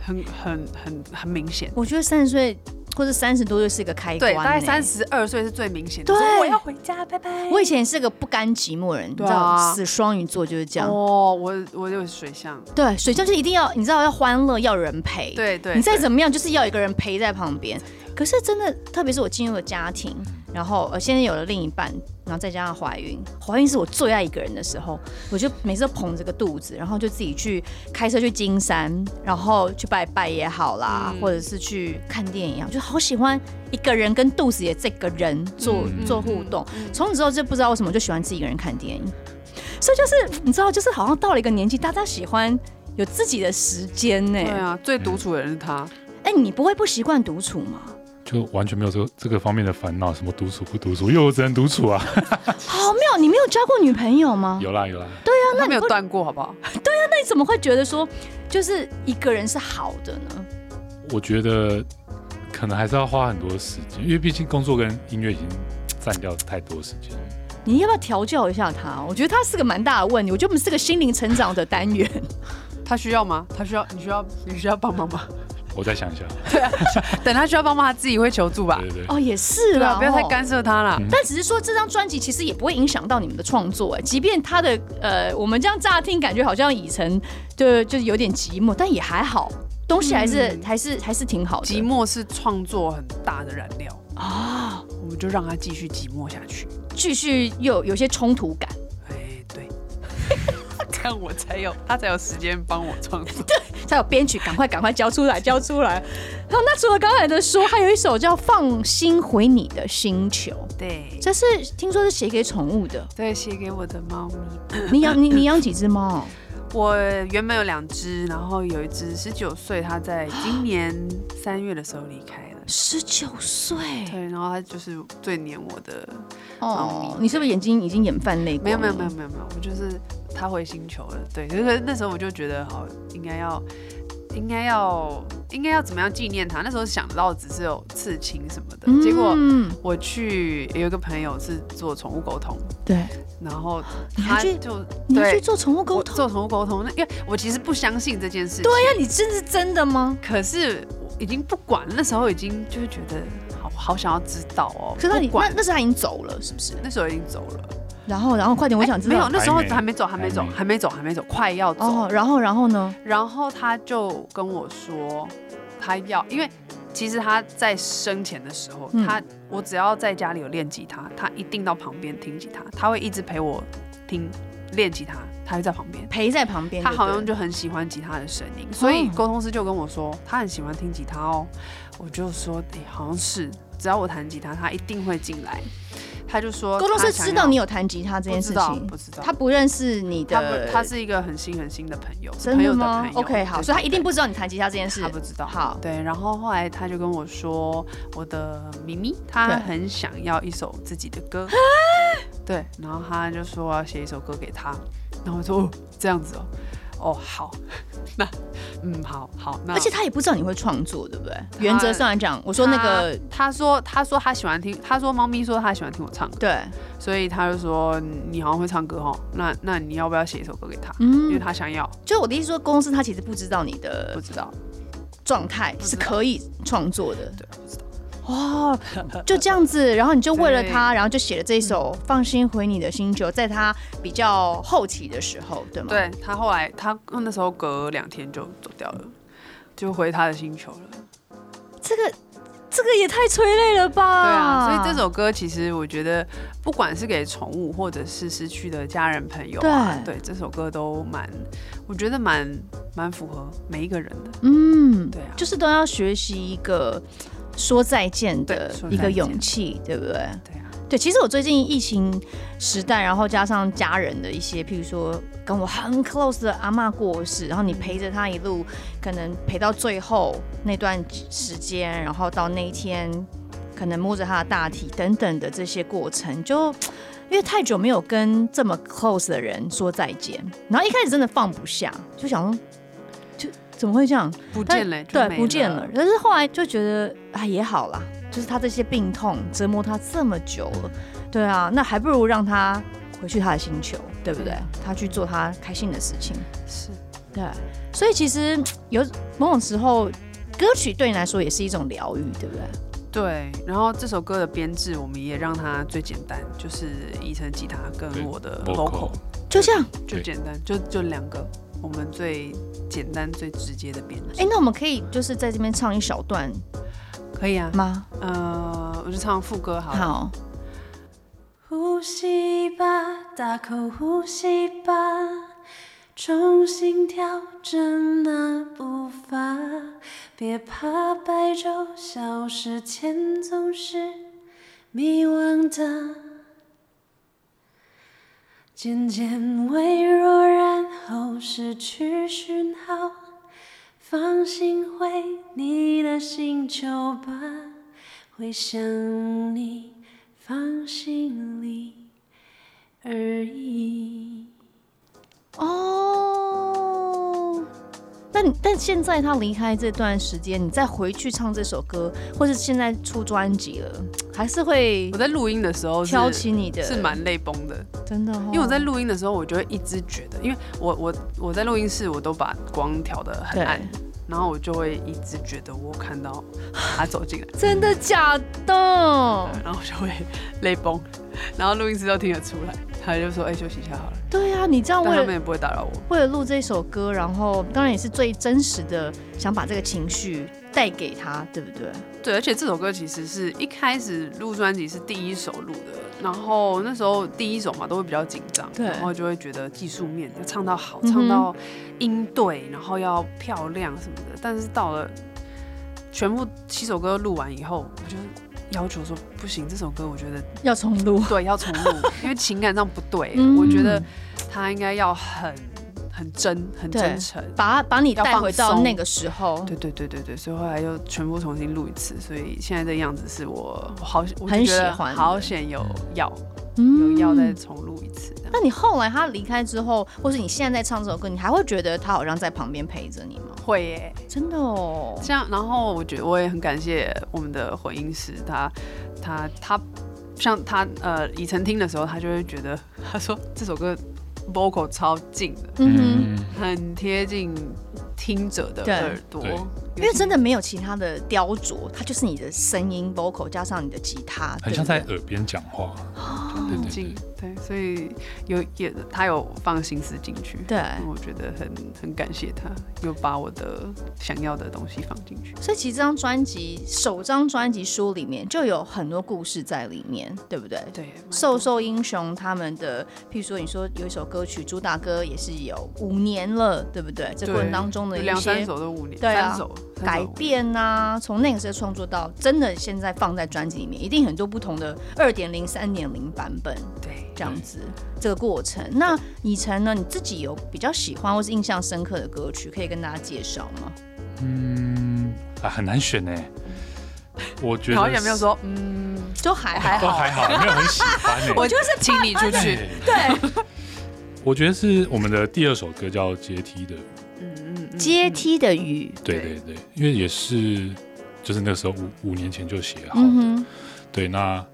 D: 很很很很明显。
E: 我觉得三十岁或者三十多岁是一个开关、
D: 对，
E: 欸，
D: 大概三。十二岁是最明显的。
E: 对
D: 说我要回家，拜拜。
E: 我以前是个不甘寂寞人，你知
D: 对
E: 道，
D: 啊
E: 死双鱼座就是这样。
D: 哦，我我有水象，
E: 对，所以就是一定要，你知道要欢乐，要人陪。
D: 对对，
E: 你再
D: 对
E: 怎么样，就是要有一个人陪在旁边。可是真的，特别是我进入了家庭，然后呃，现在有了另一半，然后再加上怀孕，怀孕是我最爱一个人的时候，我就每次都捧着个肚子，然后就自己去开车去金山，然后去拜拜也好啦，
D: 嗯
E: 或者是去看电影也好，啊就好喜欢一个人跟肚子里的这个人做、
A: 嗯
E: 做互动。
D: 嗯嗯
E: 从此之后就不知道为什么就喜欢自己一个人看电影，所以就是你知道，就是好像到了一个年纪，大家喜欢有自己的时间呢、
D: 对啊，最独处的人是他。
E: 哎、你不会不习惯独处吗？
A: 就完全没有这个这个方面的烦恼，什么独处不独处，因为我只能独处啊。
E: 嗯好妙，哦你没有交过女朋友吗？
A: 有啦有啦，
D: 他没有断过，好不好？
E: 那你怎么会觉得说，就是一个人是好的呢？
A: 我觉得可能还是要花很多时间，因为毕竟工作跟音乐已经占掉太多时间。
E: 你要不要调教一下他？我觉得他是个蛮大的问题，我觉得我们是个心灵成长的单元。
D: 他需要吗？他需要？你需要？你需要帮忙 吗？
A: 我再想一下，
D: 等他需要帮忙，他自己会求助吧
A: 对。对对，
E: 哦，也是
D: 对
E: 啦，
D: 啊，不要太
E: 哦
D: 干涉他啦。
E: 但只是说这张专辑其实也不会影响到你们的创作，哎，即便他的呃，我们这样乍听感觉好像以晨就就是有点寂寞，但也还好，东西还是、
D: 嗯
E: 还是还是挺好的。
D: 寂寞是创作很大的燃料，
E: 啊，
D: 我们就让他继续寂寞下去。
E: 继续又有有些冲突感。
D: 哎，对， 这样我才有他才有时间帮我创作。
E: 才有编曲，赶快赶快交出来，交出来。好，那除了刚才的说，还有一首叫《放心回你的星球》，
D: 对，
E: 这是听说是写给宠物 的。
D: 对，写给我的猫咪。
E: 你养你你养几只猫？
D: 我原本有两只，然后有一只十九岁，它在今年三月的时候离开了。
E: 十九岁
D: 对，然后它就是最黏我的。
E: 哦，你是不是眼睛已经眼泛泪光？
D: 没有没有没有，没有没有，我就是它回星球了。对，就是那时候我就觉得好，应该要。应该要应该要怎么样纪念它？那时候想到只是有刺青什么的，结果
E: 嗯，
D: 我去有一个朋友是做宠物沟通，
E: 对，
D: 然后
E: 你还
D: 他
E: 去
D: 就
E: 你要去
D: 对
E: 做宠物沟
D: 我
E: 通？
D: 做宠物沟通，那因为我其实不相信这件事情，
E: 对呀、你这是真的吗？
D: 可是我已经不管了，那时候已经就是觉得好好想要知道哦，
E: 可是那你
D: 不
E: 那
D: 管
E: 那时候他已经走了，是不是？
D: 那时候已经走了，
E: 然后然后快点，我
D: 哎
E: 想知
D: 没有
E: 道。
D: 那时候
A: 还没
D: 还没走，还没走，
A: 还没
D: 还没走，还没走，快要走，
E: 哦，然后然后呢？
D: 然后他就跟我说，他要，因为其实他在生前的时候，
E: 嗯
D: 他我只要在家里有练吉他，他一定到旁边听吉他，他会一直陪我听练吉他，他会在旁边。
E: 陪在旁边对
D: 他
E: 了，
D: 好像就很喜欢吉他的声音，所以沟通师就跟我说他很喜欢听吉他哦。我就说，哎、好像是，只要我弹吉他，他一定会进来。他就说，
E: 沟通师
D: 他想
E: 知道你
D: 要
E: 有弹吉他这件事情
D: 不，知道，不知道
E: 他不认识你
D: 他
E: 的，
D: 不他是一个很新很新的朋友，是
E: 真
D: 朋
E: 的
D: 友的
E: 吗
D: 朋友。
E: ？OK，好，
D: 对
E: 所以他一定
D: 对
E: 不知道你弹吉他这件事
D: 他。不知道。
E: 好
D: 对，然后后来他就跟我说，我的咪咪他
E: 对
D: 很想要一首自己的 歌，
E: 啊
D: 对，然后他就说要写一首歌给他，然后我说哦这样子哦，哦好， 那嗯好好，那
E: 而且他也不知道你会创作，对不对？原则上来讲，我说那个
D: 他他说他说他喜欢听，他说猫咪说他喜欢听我唱歌，
E: 对，
D: 所以他就说你好像会唱歌哦，那那你要不要写一首歌给他？因为
E: 嗯，
D: 他想要，
E: 就我的意思说，公司他其实不知道你的
D: 不知道，
E: 状态
D: 不
E: 是
D: 知道
E: 可以创作的。
D: 对，不知道，
E: 哦，就这样子，然后你就为了
D: 对
E: 他，然后就写了这一首《放心回你的星球》，在他比较后期的时候，对吗？，
D: 对他后来他那时候隔两天就走掉了，就回他的星球了。
E: 这个这个也太催泪了吧？
D: 对啊，所以这首歌其实我觉得，不管是给宠物或者是失去的家人朋友啊，
E: 对
D: 对这首歌都蛮，我觉得蛮蛮符合每一个人的。
E: 嗯，
D: 对啊
E: 就是都要学习一个说再见的
D: 对说
E: 一
D: 再
E: 个
D: 见
E: 勇气，对不对？
D: 对啊，
E: 对，其实我最近疫情时代，然后加上家人的一些，譬如说跟我很 close 的阿嬷过世，然后你陪着她一路，可能陪到最后那段时间，然后到那一天，可能摸着她的大体等等的这些过程，就因为太久没有跟这么 close 的人说再见，然后一开始真的放不下，就想说，就怎么会这样？
D: 不
E: 但
D: 见了，就
E: 对，
D: 没
E: 不见了。。但是后来就觉得，哎，也好啦，就是他这些病痛折磨他这么久了，对啊，那还不如让他回去他的星球，对不对？他去做他开心的事情，
D: 是，
E: 嗯对。所以其实嗯有某种时候，歌曲对你来说也是一种疗愈，对不对？
D: 对。然后这首歌的编制，我们也让它最简单，就是伊晨吉他
A: 对
D: 跟我的
A: vocal
D: vocal
E: 就这样，
D: 就
A: 对
D: 简单，就就两个，我们最简单最直接的编制。
E: 哎，那我们可以就是在这边唱一小段
D: 可以啊，
E: 吗？
D: 呃，我就唱副歌好了。
E: 好，
F: 呼吸吧，大口呼吸吧，重新调整那步伐，别怕白昼消失前总是迷惘的，渐渐微弱，然后失去讯号，放心回你的星球吧。会想你放心里而已。
E: 哦，但但现在他离开这段时间，你再回去唱这首歌，或是现在出专辑了，还是会
D: 我在录音的时候是
E: 挑起你的，
D: 是蛮泪崩的，
E: 真的、哦，
D: 因为我在录音的时候，我就会一直觉得，因为我我我在录音室，我都把光调的很
E: 对
D: 暗，然后我就会一直觉得我看到他走进来，
E: 真的假的？
D: 然后我就会泪崩，然后录音师都听得出来，他就说：“哎、休息一下好了。
E: 对啊，你这”样
D: 但
E: 为
D: 他
E: 了
D: 们也不会打扰我。
E: 为了录这首歌，然后当然也是最真实的，想把这个情绪带给他，对不对？
D: 对，而且这首歌其实是一开始录专辑是第一首录的，然后那时候第一首嘛都会比较紧张，
E: 对
D: 然后就会觉得技术面要唱到好，
E: 嗯哼
D: 唱到音对，然后要漂亮什么的。但是到了全部七首歌录完以后，我就要求说不行，这首歌我觉得
E: 要重录，
D: 对，要重录，因为情感上不对，
E: 嗯
D: 我觉得他应该要很很真、很
E: 对
D: 真诚。
E: 把把你带回
D: 要放
E: 到
D: 松
E: 那个时候，
D: 对对对对对，所以后来又全部重新录一次，所以现在这样子是我我好我就
E: 很
D: 觉得
E: 喜欢的
D: 好险有要有
E: 嗯
D: 要再重录一次这样。
E: 那你后来他离开之后，或是你现在在唱这首歌，你还会觉得他好像在旁边陪着你吗？
D: 会耶、
E: 真的哦，
D: 这样，然后我觉得我也很感谢我们的混音师，他他他像他呃以晨听的时候，他就会觉得他说这首歌 vocal 超近的，
E: 嗯
A: 嗯，
D: 很贴近听者的
E: 对
D: 耳朵，
A: 对
E: 哼，因为真的没有其他的雕琢，它就是你的声音 vocal 加上你的吉他，
A: 很像
E: 对
A: 在
E: 不对
A: 耳边讲话。对
D: 很
A: 对
D: 近
A: 对，，
D: 对，所以有也他有放心思进去，
E: 对
A: 嗯
D: 那我觉得很很感谢他，有把我的想要的东西放进去。
E: 所以其实这张专辑首张专辑书里面就有很多故事在里面，对不对？
D: 对，
E: 瘦瘦英雄他们的，譬如说你说有一首歌曲，主打歌也是有五年了，对不对？这过程
D: 对
E: 当中的
D: 有
E: 一
D: 两三
E: 些
D: 首都五年，
E: 对啊
D: 三首三
E: 改
D: 首
E: 变呐、从那个时候创作到真的现在放在专辑里面，一定很多不同的二点零、三点零版本
D: 对，
E: 这样子这个过程。那以晨呢，你自己有比较喜欢或是印象深刻的歌曲可以跟大家介绍吗？
A: 嗯，啊，很难选呢。我觉得
D: 好像没有说嗯，
E: 就还还
A: 都
E: 好，
A: 还好，没有很喜欢欸呢。
D: 就是请你出去，
E: 对，
A: 我觉得是我们的第二首歌叫《阶梯的雨》，
D: 嗯嗯嗯，
E: 阶梯的雨，
A: 对
D: 对
A: 对对，因为也是就是那时候五五年前就写好的，
E: 嗯哼，
A: 对，那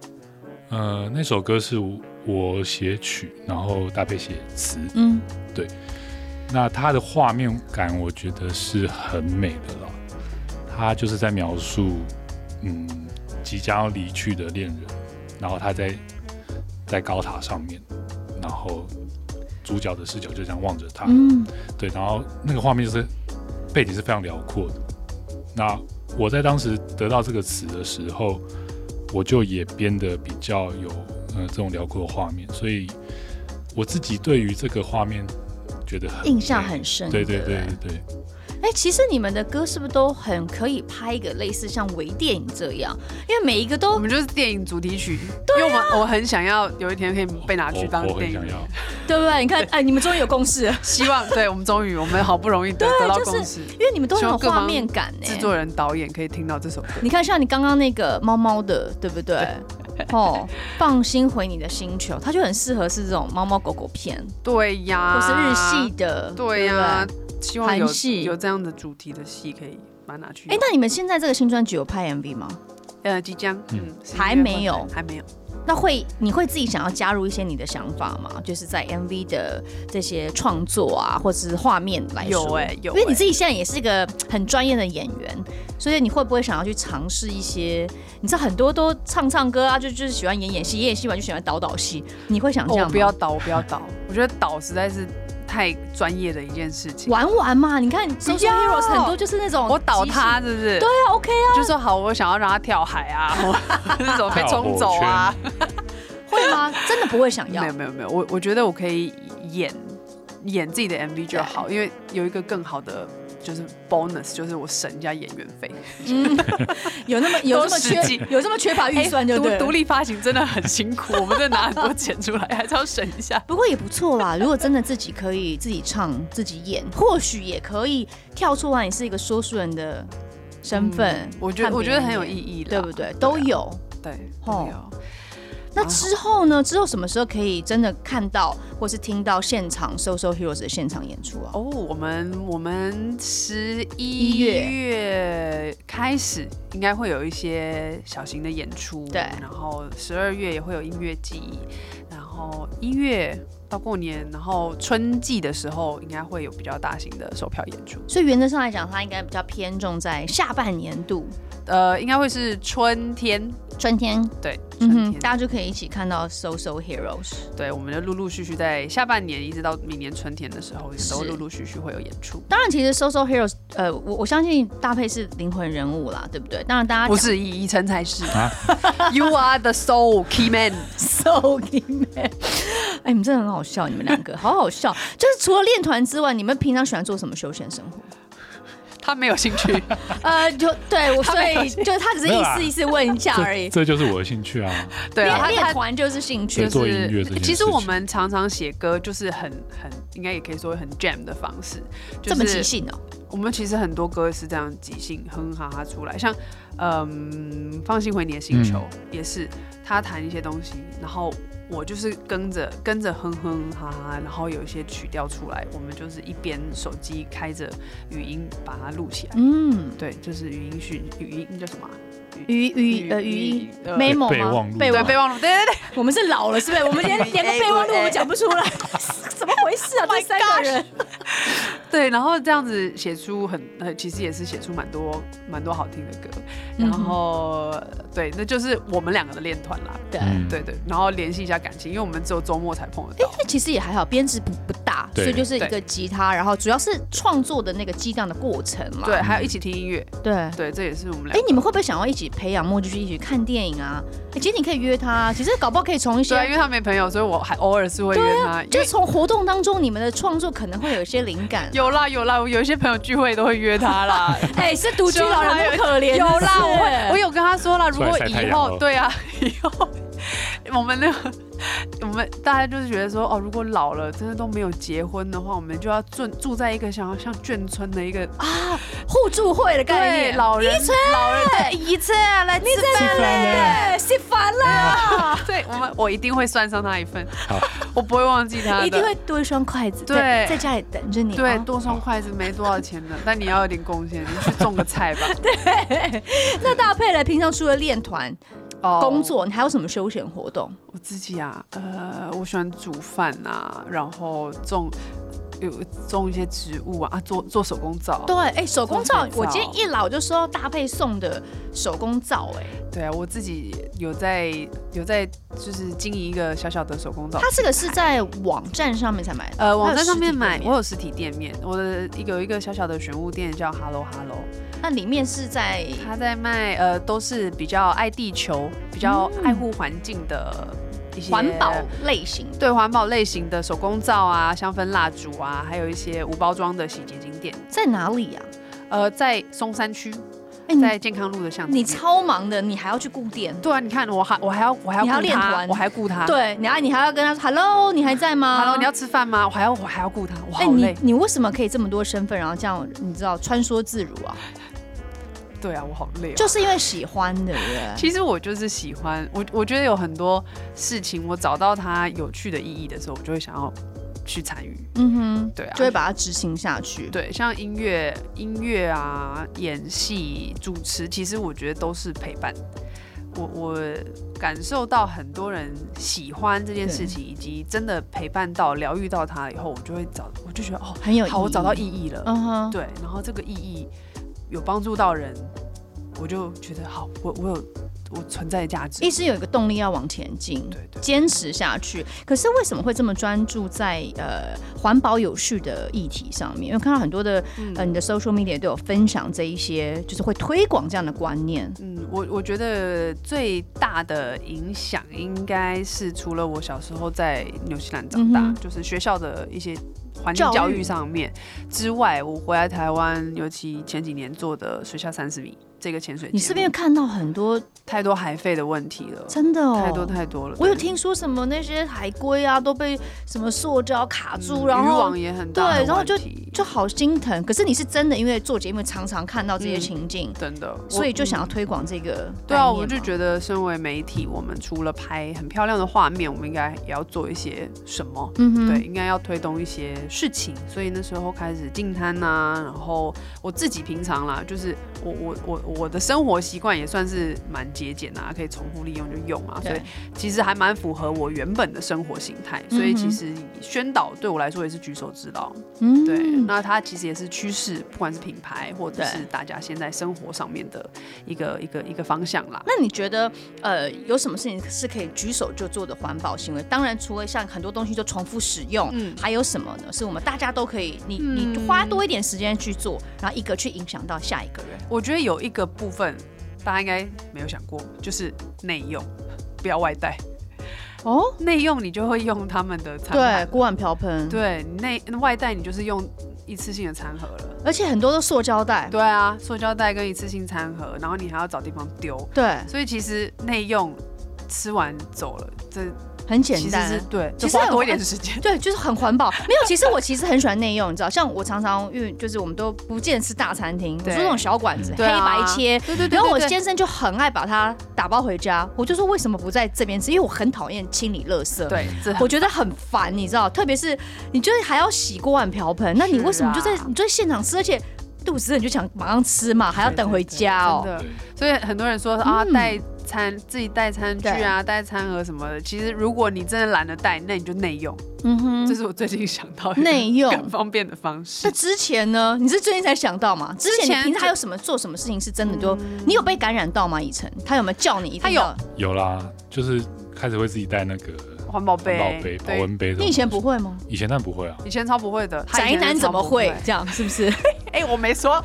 A: 呃那首歌是我我写曲，然后搭配写词，
E: 嗯，
A: 那它的画面感我觉得是很美的了，它就是在描述嗯即将要离去的恋人，然后他在在高塔上面，然后主角的视角就这样望着他，
E: 嗯，
A: 对，然后那个画面就是背景是非常辽阔的。那我在当时得到这个词的时候，我就也编得比较有呃这种辽阔的画面，所以我自己对于这个画面觉得很
E: 印象
A: 美
E: 很深
A: 对对
E: 对不
A: 对
E: 对
A: 对对，
E: 哎、其实你们的歌是不是都很可以拍一个类似像微电影这样？因为每一个
D: 我
E: 都
D: 们就是电影主题曲，因为
E: 啊
D: 我们我很想要有一天可以被拿去当
A: 我我
D: 电
A: 很
D: 影
A: 想，要。
E: 对不对？你看，哎，你们终于有共 识了，
D: 希望对我们终于我们好不容易得得到
E: 啊就是
D: 共识，
E: 因为你们都很有
D: 希望各方
E: 画面感欸呢、
D: 制作人导演可以听到这首歌，
E: 你看，像你刚刚那个猫猫的，对不 对？哦，放心回你的星球，它就很适合是这种猫猫狗狗片，
D: 对
E: 或
D: 呀，
E: 是日系的，
D: 啊对呀、
E: 不
D: 希望有
E: 韩系
D: 有这样的主题的戏可以把它拿去。
E: 对哎、那你们现在这个新专辑有拍 MV 吗？
D: 呃，即将，嗯，11
E: 还
D: 月份
E: 没有
D: 还没有。
E: 那会你会自己想要加入一些你的想法吗？就是在 MV 的这些创作啊，或者是画面来说，
D: 有欸有
E: 因为你
D: 欸
E: 自己现在也是一个很专业的演员，所以你会不会想要去尝试一些？你知道很多都唱唱歌啊，就就是喜欢演演戏，演演戏完就喜欢导导戏，你会想这
D: 哦，
E: 样
D: 我
E: 吗
D: 不要倒，我不要倒。我觉得倒实在是太专业的一件事情。
E: 玩玩嘛，你看《
D: 不
E: Social
D: 要
E: Heroes》很多就是那种
D: 我倒
E: 即
D: 他
E: 兴，
D: 是不是？
E: 对，啊，OK 啊，
D: 就说好，我想要让他跳海啊， 那种被冲走啊。
E: 会 吗？真的不会想要
D: 没有没有没有，我我觉得我可以演演自己的 MV 就好，因为有一个更好的就是 bonus，就是我省一下演员费。
E: 有那么有
D: 都
E: 这么
D: 实际
E: 缺有这么缺啊乏预算就
D: 独
E: 对了
D: 哎独立发行真的很辛苦，我们真的拿很多钱出来，还是要省一下。
E: 不过也不错啦，如果真的自己可以自己唱、自己演，
D: 嗯
E: 或许也可以跳出来，你是一个说书人的身份、
D: 我觉得
E: 看
D: 嗯我
E: 别
D: 觉
E: 人
D: 得很有
E: 演
D: 意义啦啊
E: 对不对？都有，
D: 对，
E: 哦
D: 有。
E: 那之后呢？之后什么时候可以真的看到或是听到现场 So So Heroes 的现场演出啊？
D: 哦，我们我们十
E: 一
D: 一
E: 月
D: 月开始应该会有一些小型的演出，
E: 对
D: 然后十二月也会有音乐季，然后一月到过年，然后春季的时候应该会有比较大型的售票演出，
E: 所以原则上来讲，它应该比较偏重在下半年度
D: 呃，应该会是春天，
E: 春天，
D: 对，春
E: 嗯哼，
D: 天，
E: 大家就可以一起看到 So So Heroes。
D: 对，我们就陆陆续续在下半年一直到明年春天的时候，
E: 是
D: 都陆陆续续会有演出，
E: 当然，其实 So So Heroes，呃，我我相信大佩是灵魂人物啦，对不对？当然，大家
D: 不是以以晨才是
A: 啊
D: ，You are the soul key man。
E: So g Man，哎，你们真的很好笑，你们两个 好好笑。就是除了练团之外，你们平常喜欢做什么休闲生 活？
D: 他没有兴 趣，
E: 呃，就对我，所
D: 没有
E: 以就是他只是
A: 没有
E: 一
A: 啦
E: 次一次问一下而
A: 这
E: 已。
A: 这就是我的兴趣啊。
D: 对啊，
E: 练
D: 他
E: 练
D: 他
E: 团就是兴趣
A: 对，做音
D: 是
A: 乐这件
D: 其
A: 事
D: 实我
A: 情
D: 们常常写歌，就是很很，应该也可以说很 jam 的方式，就
E: 这么即
D: 是
E: 兴哦。
D: 我们其实很多歌是这样即兴哼哼哈哈出来，像嗯，放心回你的星球、
A: 嗯
D: 也是，他弹一些东西，然后我就是跟着跟着哼哼哈哈，然后有一些曲调出来，我们就是一边手机开着语音把它录起来，
E: 嗯，
D: 对，就是语音讯语音叫什么啊？
E: 语语呃语音
D: 呃
E: memo
A: 备
E: 吗
A: 忘录
E: 备
D: 对
E: 忘
A: 嘛
D: 备忘录，对对对。哎
E: 我们是老了 是不是？我们连连个备忘录都讲不出来， 怎么回事
D: Oh
E: 啊？这三个人
D: 对，然后这样子写出很呃，其实也是写出蛮多蛮多好听的歌，
E: 嗯
D: 然后、对，那就是我们两个的练团啦，
E: 对。
A: 嗯，
D: 对对，然后联系一下感情，因为我们只有周末才碰得到，
E: 那其实也还好，编制不不大，所
A: 对
E: 以就是一个吉他，然后主要是创作的那个激荡的过程嘛。
D: 对，还有一起听音乐，
E: 对。哎、
D: 对，这也是我们两
E: 你们会不会想要一起培养默剧，一起看电影啊？哎、其实你可以约他啊，其实搞不好可以从一
D: 对啊，因
E: 些，
D: 为他没朋友，所以我还偶尔是会约他，因
E: 啊就
D: 为
E: 是从活动当中，你们的创作可能会有一些灵感。
D: 有啦有啦，我有一些朋友聚会都会约他啦，
E: 哎、是独居老人不可怜，
D: 有啦，
E: 是
D: 我会，我有跟他说啦，如
A: 出来
D: 果
A: 晒太
D: 以
A: 阳
D: 后
A: 了
D: 对啊，以后我们那个。我们大家就是觉得说，哦，如果老了真的都没有结婚的话，我们就要住住在一个想要像眷村的一个
E: 啊互助会的概
D: 对
E: 念。
D: 老人老人对
E: 一次来吃饭嘞，吃饭啦，
D: 对，我们我一定会算上他一份，
A: 啊好，
D: 我不会忘记他的，
E: 一定会多一双筷子，
D: 对
E: 在在家里等着你啊。
D: 对多双筷子没多少钱的，但你要有点贡献，你去种个菜吧。
E: 那大佩嘞，平常除了练团、
D: 哦
E: 工作，你还有什么休闲活动？
D: 我自己啊，呃，我喜欢煮饭啊，然后种有种一些植物啊，啊做做手工皂。
E: 对，哎、手工皂
D: 手工，皂
E: 我今天一来我就收到搭配送的手工皂、哎，
D: 对啊，我自己有在有在就是经营一个小小的手工皂。
E: 它这个是在网站上面才买的，
D: 呃，网站
E: 还有
D: 上
E: 实
D: 面
E: 体
D: 买，
E: 店
D: 我有实体店面，我的有一个小小的玄物店叫 Hello Hello，
E: 那里面是在
D: 它在卖呃都是比较爱地球、比较爱护环境的一些
E: 嗯环保类型的。
D: 对环保类型的手工皂啊、香氛蜡烛啊，还有一些无包装的洗洁精店。
E: 在哪里呀、
D: 呃，在松山区，
E: 哎你
D: 在健康路的巷子里
E: 你
D: 面。
E: 超忙的，你还要去顾店，
D: 对啊，你看我还我还要我还要
E: 你还要
D: 顾
E: 练
D: 他
E: 团
D: 我还顾他。
E: 对，然后你还要跟他说 “hello”，你还在吗
D: Hello，你要吃饭吗？我还要我还要顾他，我
E: 哎、
D: 好累
E: 你。你为什么可以这么多身份，然后这样你知道穿梭自如啊？
D: 对啊，我好累、哦。
E: 就是因为喜欢的人。
D: 其实我就是喜欢我，我觉得有很多事情，我找到它有趣的意义的时候，我就会想要去参与。
E: 嗯哼，
D: 对啊，
E: 就会把它执行下去。
D: 对，像音乐、音乐啊、演戏、主持，其实我觉得都是陪伴。我我感受到很多人喜欢这件事情，以及真的陪伴到、疗愈到他以后，我就会找，我就觉得哦，
E: 很有
D: 好，我找到
E: 意
D: 意
E: 义。
D: 义了。
E: 嗯哼，
D: 对，然后这个意义有帮助到人，我就觉得好，我我有我存在的价值
E: 一。直有一个动力要往前进，
D: 对对
E: 坚持下去。可是为什么会这么专注在呃环保有序的议题上面？因为看到很多的、
D: 嗯
E: 呃你的 social media 都有分享这一些，就是会推广这样的观念。
D: 嗯，我我觉得最大的影响应该是除了我小时候在纽西兰长大，
E: 嗯哼
D: 就是学校的一些环境
E: 教
D: 教
E: 育
D: 育上面之外，我回来台湾，尤其前几年做的水下三十米，这个潜水节目。
E: 你是不是看到很多
D: 太多海费的问题了？
E: 真的哦？
D: 太多太多了。
E: 我有
D: 对
E: 听说什么那些海龟啊都被什么塑胶卡住，然
D: 嗯渔
E: 后
D: 网也很
E: 对
D: 大的问，题，
E: 然后就就好心疼。可是你是真的因为做节目常常看到这些情境，
D: 真的，嗯我嗯
E: 所以就想要推广这个。
D: 对啊，我就觉得身为媒体，我们除了拍很漂亮的画面，我们应该也要做一些什么。
E: 嗯哼
D: 对，应该要推动一些事情，所以那时候开始进摊呐，然后我自己平常啦，就是我我我我的生活习惯也算是蛮节俭啊，可以重复利用就用啊，所以
E: 对
D: 其实还蛮符合我原本的生活形态，所以
E: 嗯哼
D: 其实宣导对我来说也是举手之劳。
E: 嗯
D: 对，那它其实也是趋势，不管是品牌或者
E: 对
D: 是大家现在生活上面的一个一个一个方向啦。
E: 那你觉得，呃，有什么事情是可以举手就做的环保行为？当然，除了像很多东西就重复使用，
D: 嗯
E: 还有什么呢？是我们大家都可以，你你花多一点时间去做，然后一个去影响到下一个人。
D: 我觉得有一个部分大家应该没有想过，就是内用，不要外带。
E: 哦，
D: 内用你就会用他们的餐
E: 对，
D: 盘，
E: 锅碗瓢盆，，
D: 对，内外带你就是用一次性的餐盒了。
E: 而且很多都塑胶袋，
D: 对啊，塑胶袋跟一次性餐盒，然后你还要找地方丢，
E: 对，
D: 所以其实内用吃完走了，这
E: 很
D: 其
E: 简
D: 实是
E: 单。
D: 对，
E: 其
D: 就
E: 实
D: 花
E: 很
D: 多一点时间。
E: 对，就是很环保。 没有，其实我其实很喜欢内用，你知道，像我常常因为就是我们都不见得吃大餐厅，我
D: 对
E: 说那种小馆子，
D: 对啊
E: 黑白切，
D: 对 对对
E: 然后我
D: 对对
E: 先生就很爱把它打包回家，我就说为什么不在这边吃？因为我很讨厌清理垃圾。。
D: 对，这很
E: 我觉得很烦，你知道，特别是你就是还要洗锅碗瓢盆，那你为什么就在、
D: 是啊
E: 你就在现场吃，而且肚子饿你就想马上吃嘛，还要等回家哦。
D: 真的
A: 对，
D: 所以很多人说
E: 嗯
D: 啊，带餐自己带餐具啊，带餐盒什么的。其实如果你真的懒得带，那你就内用。
E: 嗯哼，
D: 这是我最近想到一个
E: 内用
D: 更方便的方式
E: 那。之前呢？你是最近才想到吗？之前
D: 之
E: 你
D: 前
E: 平时还有什么做什么事情是真的就、你有被感染到吗？以晨他有没有叫你一定要？
A: 有啦，就是开始会自己带那个
D: 环保
A: 环
D: 杯，
A: 保杯、保
D: 对，
A: 温杯这种东西。
E: 你以前不会吗？
A: 以前但不会啊，
D: 以前超不会的。他以
E: 宅
D: 前
E: 男
D: 是
E: 怎
D: 超
E: 么
D: 不
E: 会这样？是不 是？
D: 哎，我没说，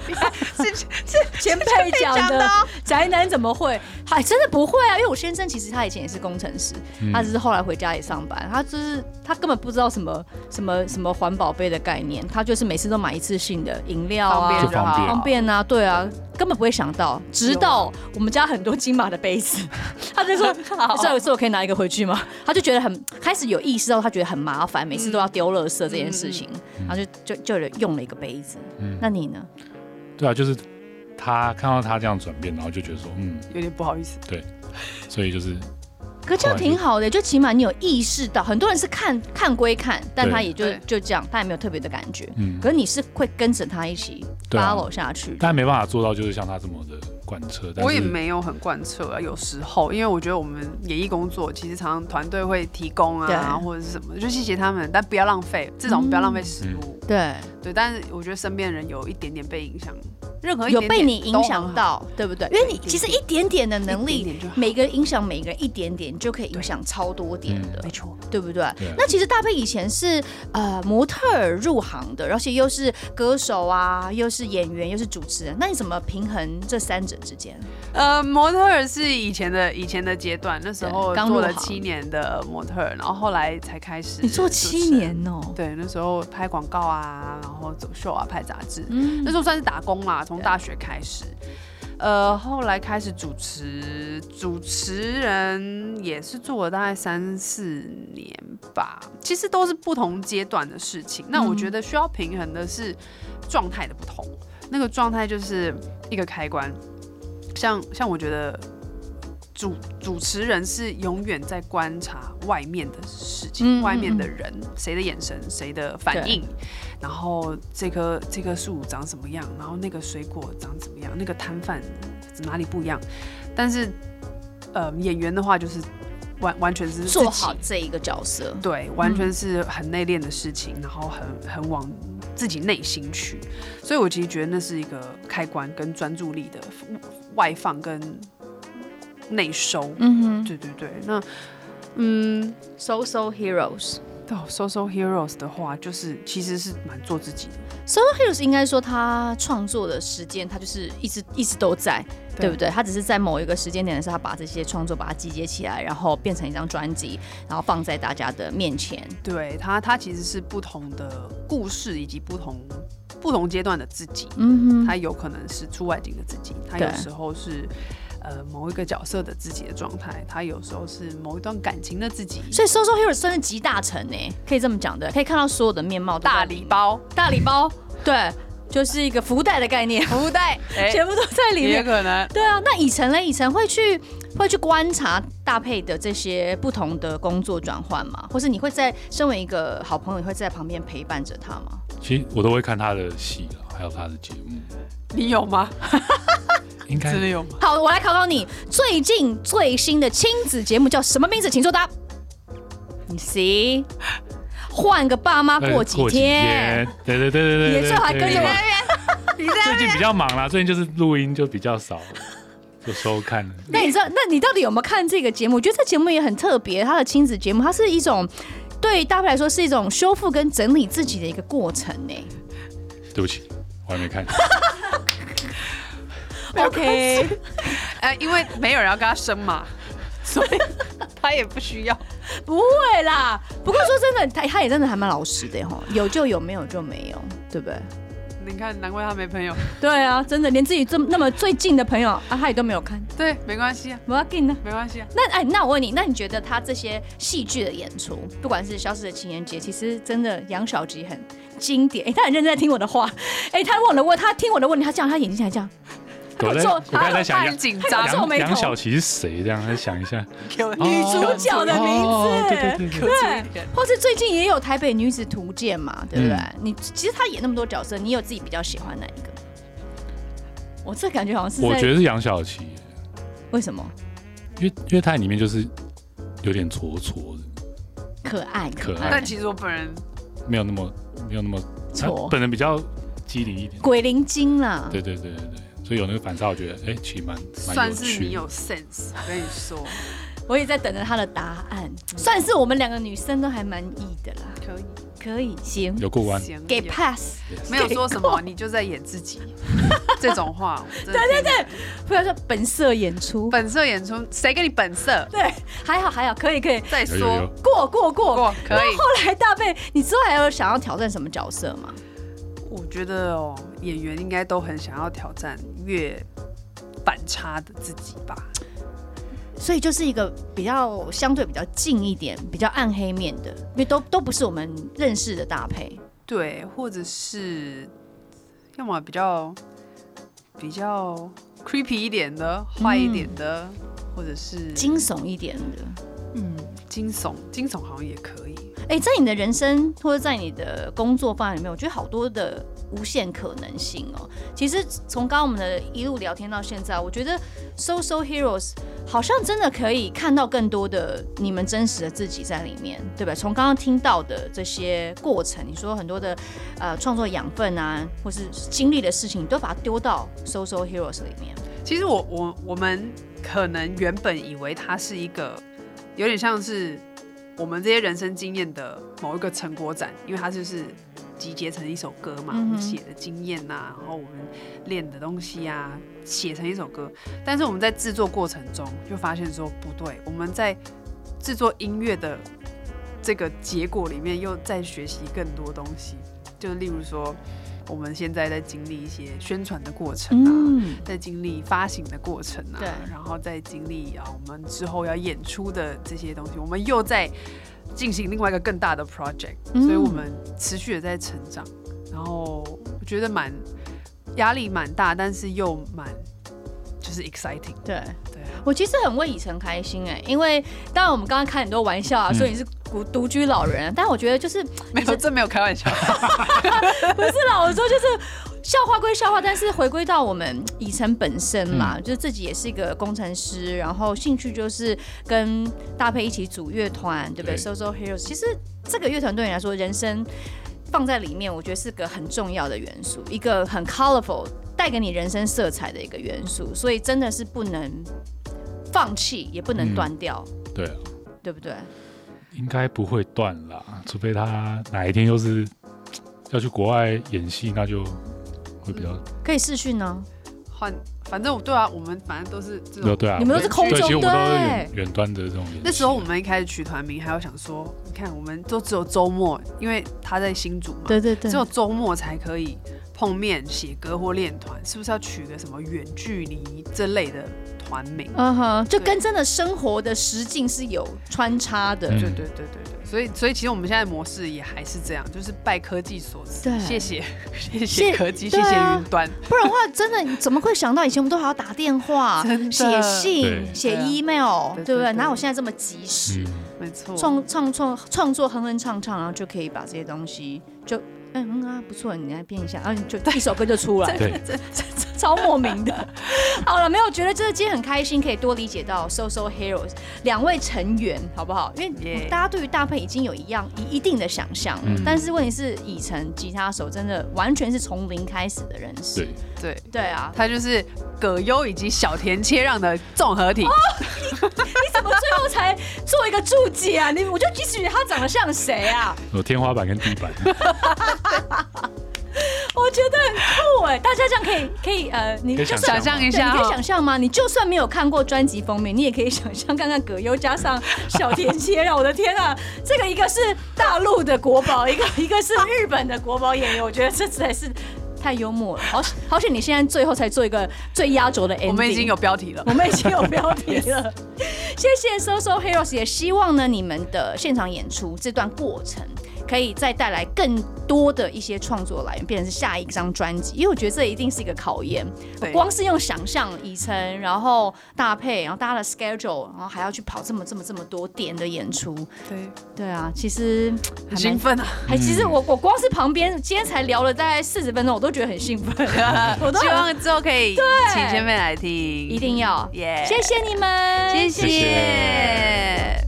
D: 是 是
E: 前辈讲
D: 前辈讲
E: 的
D: 的哦
E: 宅男怎么会？还真的不会啊，因为我先生其实他以前也是工程师，
A: 嗯
E: 他只是后来回家里上班，他就是他根本不知道什么什么什么环保杯的概念，他就是每次都买一次性的饮料
D: 方
E: 啊
D: 便
A: 就方
D: 好，
A: 便
E: 方便啊，对啊，根本不会想到，直
A: 啊
E: 到我们家很多金马的 杯子，他就说，这有一次我可以拿一个回去吗？他就觉得很开始有意识到，他觉得很麻烦，每次
A: 嗯
E: 都要丢垃圾这件事情，然后就就就有用了一个杯子。
A: 嗯
E: 那你呢？
A: 对啊，就是他看到他这样转变，然后就觉得说，嗯，
D: 有点不好意思。
A: 所以就是
E: 可这样挺好的，就起码你有意识到，很多人是看看归看，但他也就
D: 对
E: 就这样，他也没有特别的感觉。
A: 嗯
E: 可，是你是会跟着他一起
A: 对啊
E: follow 下去的，
A: 但没办法做到就是像他这么的贯彻，但
D: 我也
A: 是
D: 没有很贯彻啊，有时候，因为我觉得我们演艺工作其实常常团队会提供啊，
E: 对
D: 或者是什么，就谢谢他们，但不要浪费，至少不要浪费食
A: 嗯
D: 物。
E: 对，
D: 对，但是我觉得身边人有一点点被影响，任何一
E: 有
D: 点
E: 被
D: 点
E: 你影
D: 都
E: 响
D: 很
E: 到，对不对？因为你
D: 对
E: 其实一点点的能
D: 一
E: 力
D: 点点就，好
E: 每个人影响每个人一点点，就可以影响超多点的，
D: 没错，
E: 对嗯不对
A: 对啊？
E: 那其实大贝以前是呃模特儿入行的，而且又是歌手啊，又是演员，又是主持人，那你怎么平衡这三者之间？
D: 呃，模特儿是以前的以前的阶段，那时候
E: 对刚入
D: 做了
E: 行
D: 七年的模特儿，然后后来才开始
E: 你做
D: 主持
E: 七
D: 人。
E: 年哦、
D: 对，那时候拍广告啊，然后走秀啊，拍杂志，
E: 嗯
D: 那时候算是打工啦，从大学开始。呃，后来开始主持，主持人也是做了大概三四年吧，其实都是不同阶段的事情。那
E: 嗯
D: 我觉得需要平衡的是状态的不同，那个状态就是一个开关，像像我觉得主主持人是永远在观察外面的事情，
E: 嗯
D: 外面的人，谁的眼神，谁的反应，然后这棵这棵树长什么样，然后那个水果长怎么样，那个摊贩哪里不一样。但是，呃，演员的话就是完完全是自己
E: 做好嗯这一个角色。
D: 对，完全是很内敛的事情，然后很很往自己内心去，所以我其实觉得那是一个开关跟专注力的外放跟内收。
E: 嗯哼
D: 对对对，那嗯，
E: ，Social 嗯 Heroes，
D: 到 social 哦 heroes 的话，就是其实是蛮做自己的。
E: Solo Heroes 应该说他创作的时间，他就是一直一直都在，
D: 对
E: 对不对？他只是在某一个时间点的时候，他把这些创作把它集结起来，然后变成一张专辑，然后放在大家的面前。
D: 对他，他其实是不同的故事以及不同不同阶段的自己。
E: 嗯
D: 他有可能是出外景的自己，他
E: 对
D: 有时候是呃某一个角色的自己的状态，他有时候是某一段感情的自己。
E: 所以 Solo Heroes 算是集大成呢、可以这么讲的，可以看到所有的面貌都在
D: 大
E: 里
D: 礼
E: 面，
D: 包，
E: 大礼包，对，就是一个福袋的概念，
D: 福袋，哎
E: 全部都在里
D: 也
E: 面。
D: 可能
E: 对啊，那以晨嘞，以晨会去会去观察搭配的这些不同的工作转换吗？或是你会在身为一个好朋友，你会在旁边陪伴着他吗？
A: 其实我都会看他的戏了，还有他的节目，
D: 你有吗？
A: 应该
D: 真的有吗？
E: 好，我来考考你，最近最新的亲子节目叫什么名字？请作答。你 C，换个爸妈
A: 呃
E: 过几天，，
A: 对对对对对，
E: 也最好还
A: 对
E: 跟着
A: 对
E: 我
A: 对。最近比较忙啦，最近就是录音就比较少，就收看了。
E: 那你知道，那你到底有没有看这个节目？我觉得这节目也很特别，它的亲子节目，它是一种对搭配来说是一种修复跟整理自己的一个过程呢、
A: 对不起，我还没看。
E: OK，
D: 哎，因为没有人要跟他生 嘛，所以他也不需要。
E: 不会啦。不过说真的， 他他也真的还蛮老实的吼，有就有，没有就没有，对不对？
D: 你看，难怪他没朋友。
E: 对啊，真的连自己这么那么最近的朋友啊，他也都没有看，
D: 对，没关系啊，
E: 我要跟呢。
D: 没关系啊。
E: 那哎，那我问你，那你觉得他这些戏剧的演出，不管是《消失的情人节》，其实真的杨小吉很经典。哎，他很认真在听我的话。哎，他问了问，他听我的问题，他这样，他眼睛还这样，他
A: 我
E: 给
A: 在
E: 皱
A: 我刚才在想
D: 很
A: 杨
D: 紧
E: 他
D: 张
E: 给，我皱
A: 杨
E: 眉
A: 杨小
E: 头。
A: 琪是谁？这样再想一下
D: 女
E: 主角的名字
A: 哦对对对对，
D: 对对
E: 或是最近也有《台北女子图鉴》
A: 嗯
E: 嘛，对不对？你其实他演那么多角色，你有自己比较喜欢哪一个？我这感觉好像是在
A: 我觉得是杨小琪，
E: 为什么
A: 因为因为他里面就是有点挫挫的，
E: 可爱
A: 可爱
D: 但其实我本人
A: 没有那么没有那么他
E: 挫
A: 本人比较机灵一点。
E: 鬼灵精啦。
A: 对对对对对，所以有那个反差，我觉得哎、其实蛮蛮
D: 算
A: 有
D: 是
A: 趣
D: 你
A: 的。
D: 有 sense，我跟你说，
E: 我也在等着他的答案，算是我们两个女生都还蛮意的啦。
D: 可以
E: 可以，行，
A: 有过关，
D: 行
E: 给
D: 有
E: pass。
D: 没有说什么，你就在演自己这种 话。对对对，
E: 不要说本色演出，
D: 本色演出，谁给你本色？
E: 对，还好还好，可以可以，
D: 再
A: 有有
D: 说
A: 有，
E: 过过过
D: 过。可 以。
E: 后来大贝，你之后还有想要挑战什么角色吗？
D: 我觉得哦，演员应该都很想要挑战越反差的自己吧。
E: 所以就是一个比较相对比较近一点、比较暗黑面的，因为都都不是我们认识的搭配。
D: 对，或者是要么比较比较 creepy 一点的，坏一点的，或者是
E: 惊悚一点的，
D: 嗯惊悚，惊悚好像也可以。
E: 哎、在你的人生或者在你的工作范围里面，我觉得好多的无限可能性哦。其实从刚刚我们的一路聊天到现在，我觉得《Social Heroes》好像真的可以看到更多的你们真实的自己在里面，对吧？从刚刚听到的这些过程，你说很多的呃创作养分啊，或是经历的事情，你都把它丢到《Social Heroes》里面。
D: 其实我我我们可能原本以为它是一个有点像是我们这些人生经验的某一个成果展，因为它就是集结成一首歌嘛，我
E: 嗯哼
D: 们写的经验呐、然后我们练的东西啊，写成一首歌。但是我们在制作过程中就发现说不对，我们在制作音乐的这个结果里面又在学习更多东西，就例如说我们现在在经历一些宣传的过程啊。
E: 嗯，
D: 在经历发行的过程啊，
E: 对
D: 然后在经历啊我们之后要演出的这些东西，我们又在进行另外一个更大的 project，、
E: 嗯
D: 所以我们持续的在成长，然后我觉得蛮压力蛮大，但是又蛮就是 exciting，
E: 对。
D: 对，啊
E: 我其实很为以晨开心哎、因为当然我们刚刚开很多玩笑啊，说你是独独居老人，啊但我觉得就是
D: 没有这没有开玩笑，
E: 不是啦，我说就是笑话归笑话，但是回归到我们以晨本身嘛，就是自己也是一个工程师，然后兴趣就是跟搭配一起组乐团，对不对
A: 对
E: ？Social Heroes，其实这个乐团对你来说，人生放在里面，我觉得是个很重要的元素，一个很 colorful 带给你人生色彩的一个元素，所以真的是不能放弃，也不能
A: 嗯
E: 断掉，
A: 对啊，
E: 对不对？
A: 应该不会断啦，除非他哪一天又是要去国外演戏，那就会比较
E: 可以视讯呢、
D: 换，反正我对啊，我们反正都是这
A: 对
D: 种。
A: 对啊。
C: 你们都是空
A: 对，其实
C: 中
A: 我们都是远
C: 对，
A: 远端的这种演戏。
D: 那时候我们一开始取团名，还有想说，你看我们都只有周末，因为他在新竹嘛，
E: 对对
D: 只有周末才可以碰面写歌或练团，是不是要取个什么远距离这类的团名？
E: 嗯哼，就
D: 对
E: 跟真的生活的实境是有穿插的。
A: 嗯
D: 对对对对对，所以所以其实我们现在的模式也还是这样，就是拜科技所赐
E: 对，
D: 谢谢 谢
E: 谢
D: 谢科技，谢
E: 对
D: 谢
E: 啊
D: 云端，
E: 不然的话，真的你怎么会想到以前我们都还要打电话、
D: 真的
E: 写
A: 对
E: 信、写
D: 对啊
E: email，
D: 对对
E: 对不对？
D: 对
E: 哪有现在这么及时？
A: 嗯
D: 没错，
E: 创创创创作哼哼唱唱，然后就可以把这些东西就嗯嗯啊不错，你来编一下，然啊后你就一首歌就出 来，
A: 嗯对，
E: 超莫名的。好了，没有觉得这今天很开心，可以多理解到 So So Heroes 两位成员，好不好？因为
D: Yeah
E: 大家对于大配已经有一样一一定的想象了，
A: 嗯
E: 但是问题是，以晨吉他手真的完全是从零开始的人士
A: 对，
D: 对。
E: 对啊，
D: 它就是葛优以及小田切让的综合
E: 哦
D: 体，
E: 怎么最后才做一个注解啊？你我就即使他长得像谁啊？
A: 有天花板跟地板。
E: 我觉得很酷哎，大家这样可以可以呃，你
A: 可以
E: 就
A: 想
E: 算
D: 想象
E: 对，
D: 一下哦
E: 你可以
D: 哈、
E: 想象吗？你就算没有看过专辑封面，你也可以想象看看葛优加上小田切 让，我的天啊，这个一个是大陆的国宝，一个一个是日本的国宝演员，我觉得这实在是太幽默了。好险好险，你现在最后才做一个最压轴的 ending。
D: 我们已经有标题了
E: 我。们已经有标题 了。谢谢 So So Heroes，也希望呢你们的现场演出这段过程可以再带来更多的一些创作来源，变成是下一张专辑，因为我觉得这一定是一个考验。
D: 对
E: 光是用想象以晨，然后搭配，然后大家的 schedule，然后还要去跑这么这么这么多点的演出，
D: 对，
E: 对啊，其实
D: 很
E: 还蛮
D: 兴奋啊！
E: 还其实我我光是旁边今天才聊了大概四十分钟，我都觉得很兴 奋，我都
D: 希
E: 很
D: 望之后可以请前辈来听，
E: 一定要
D: 耶
E: 谢谢你们，
D: 谢
A: 谢谢
D: 谢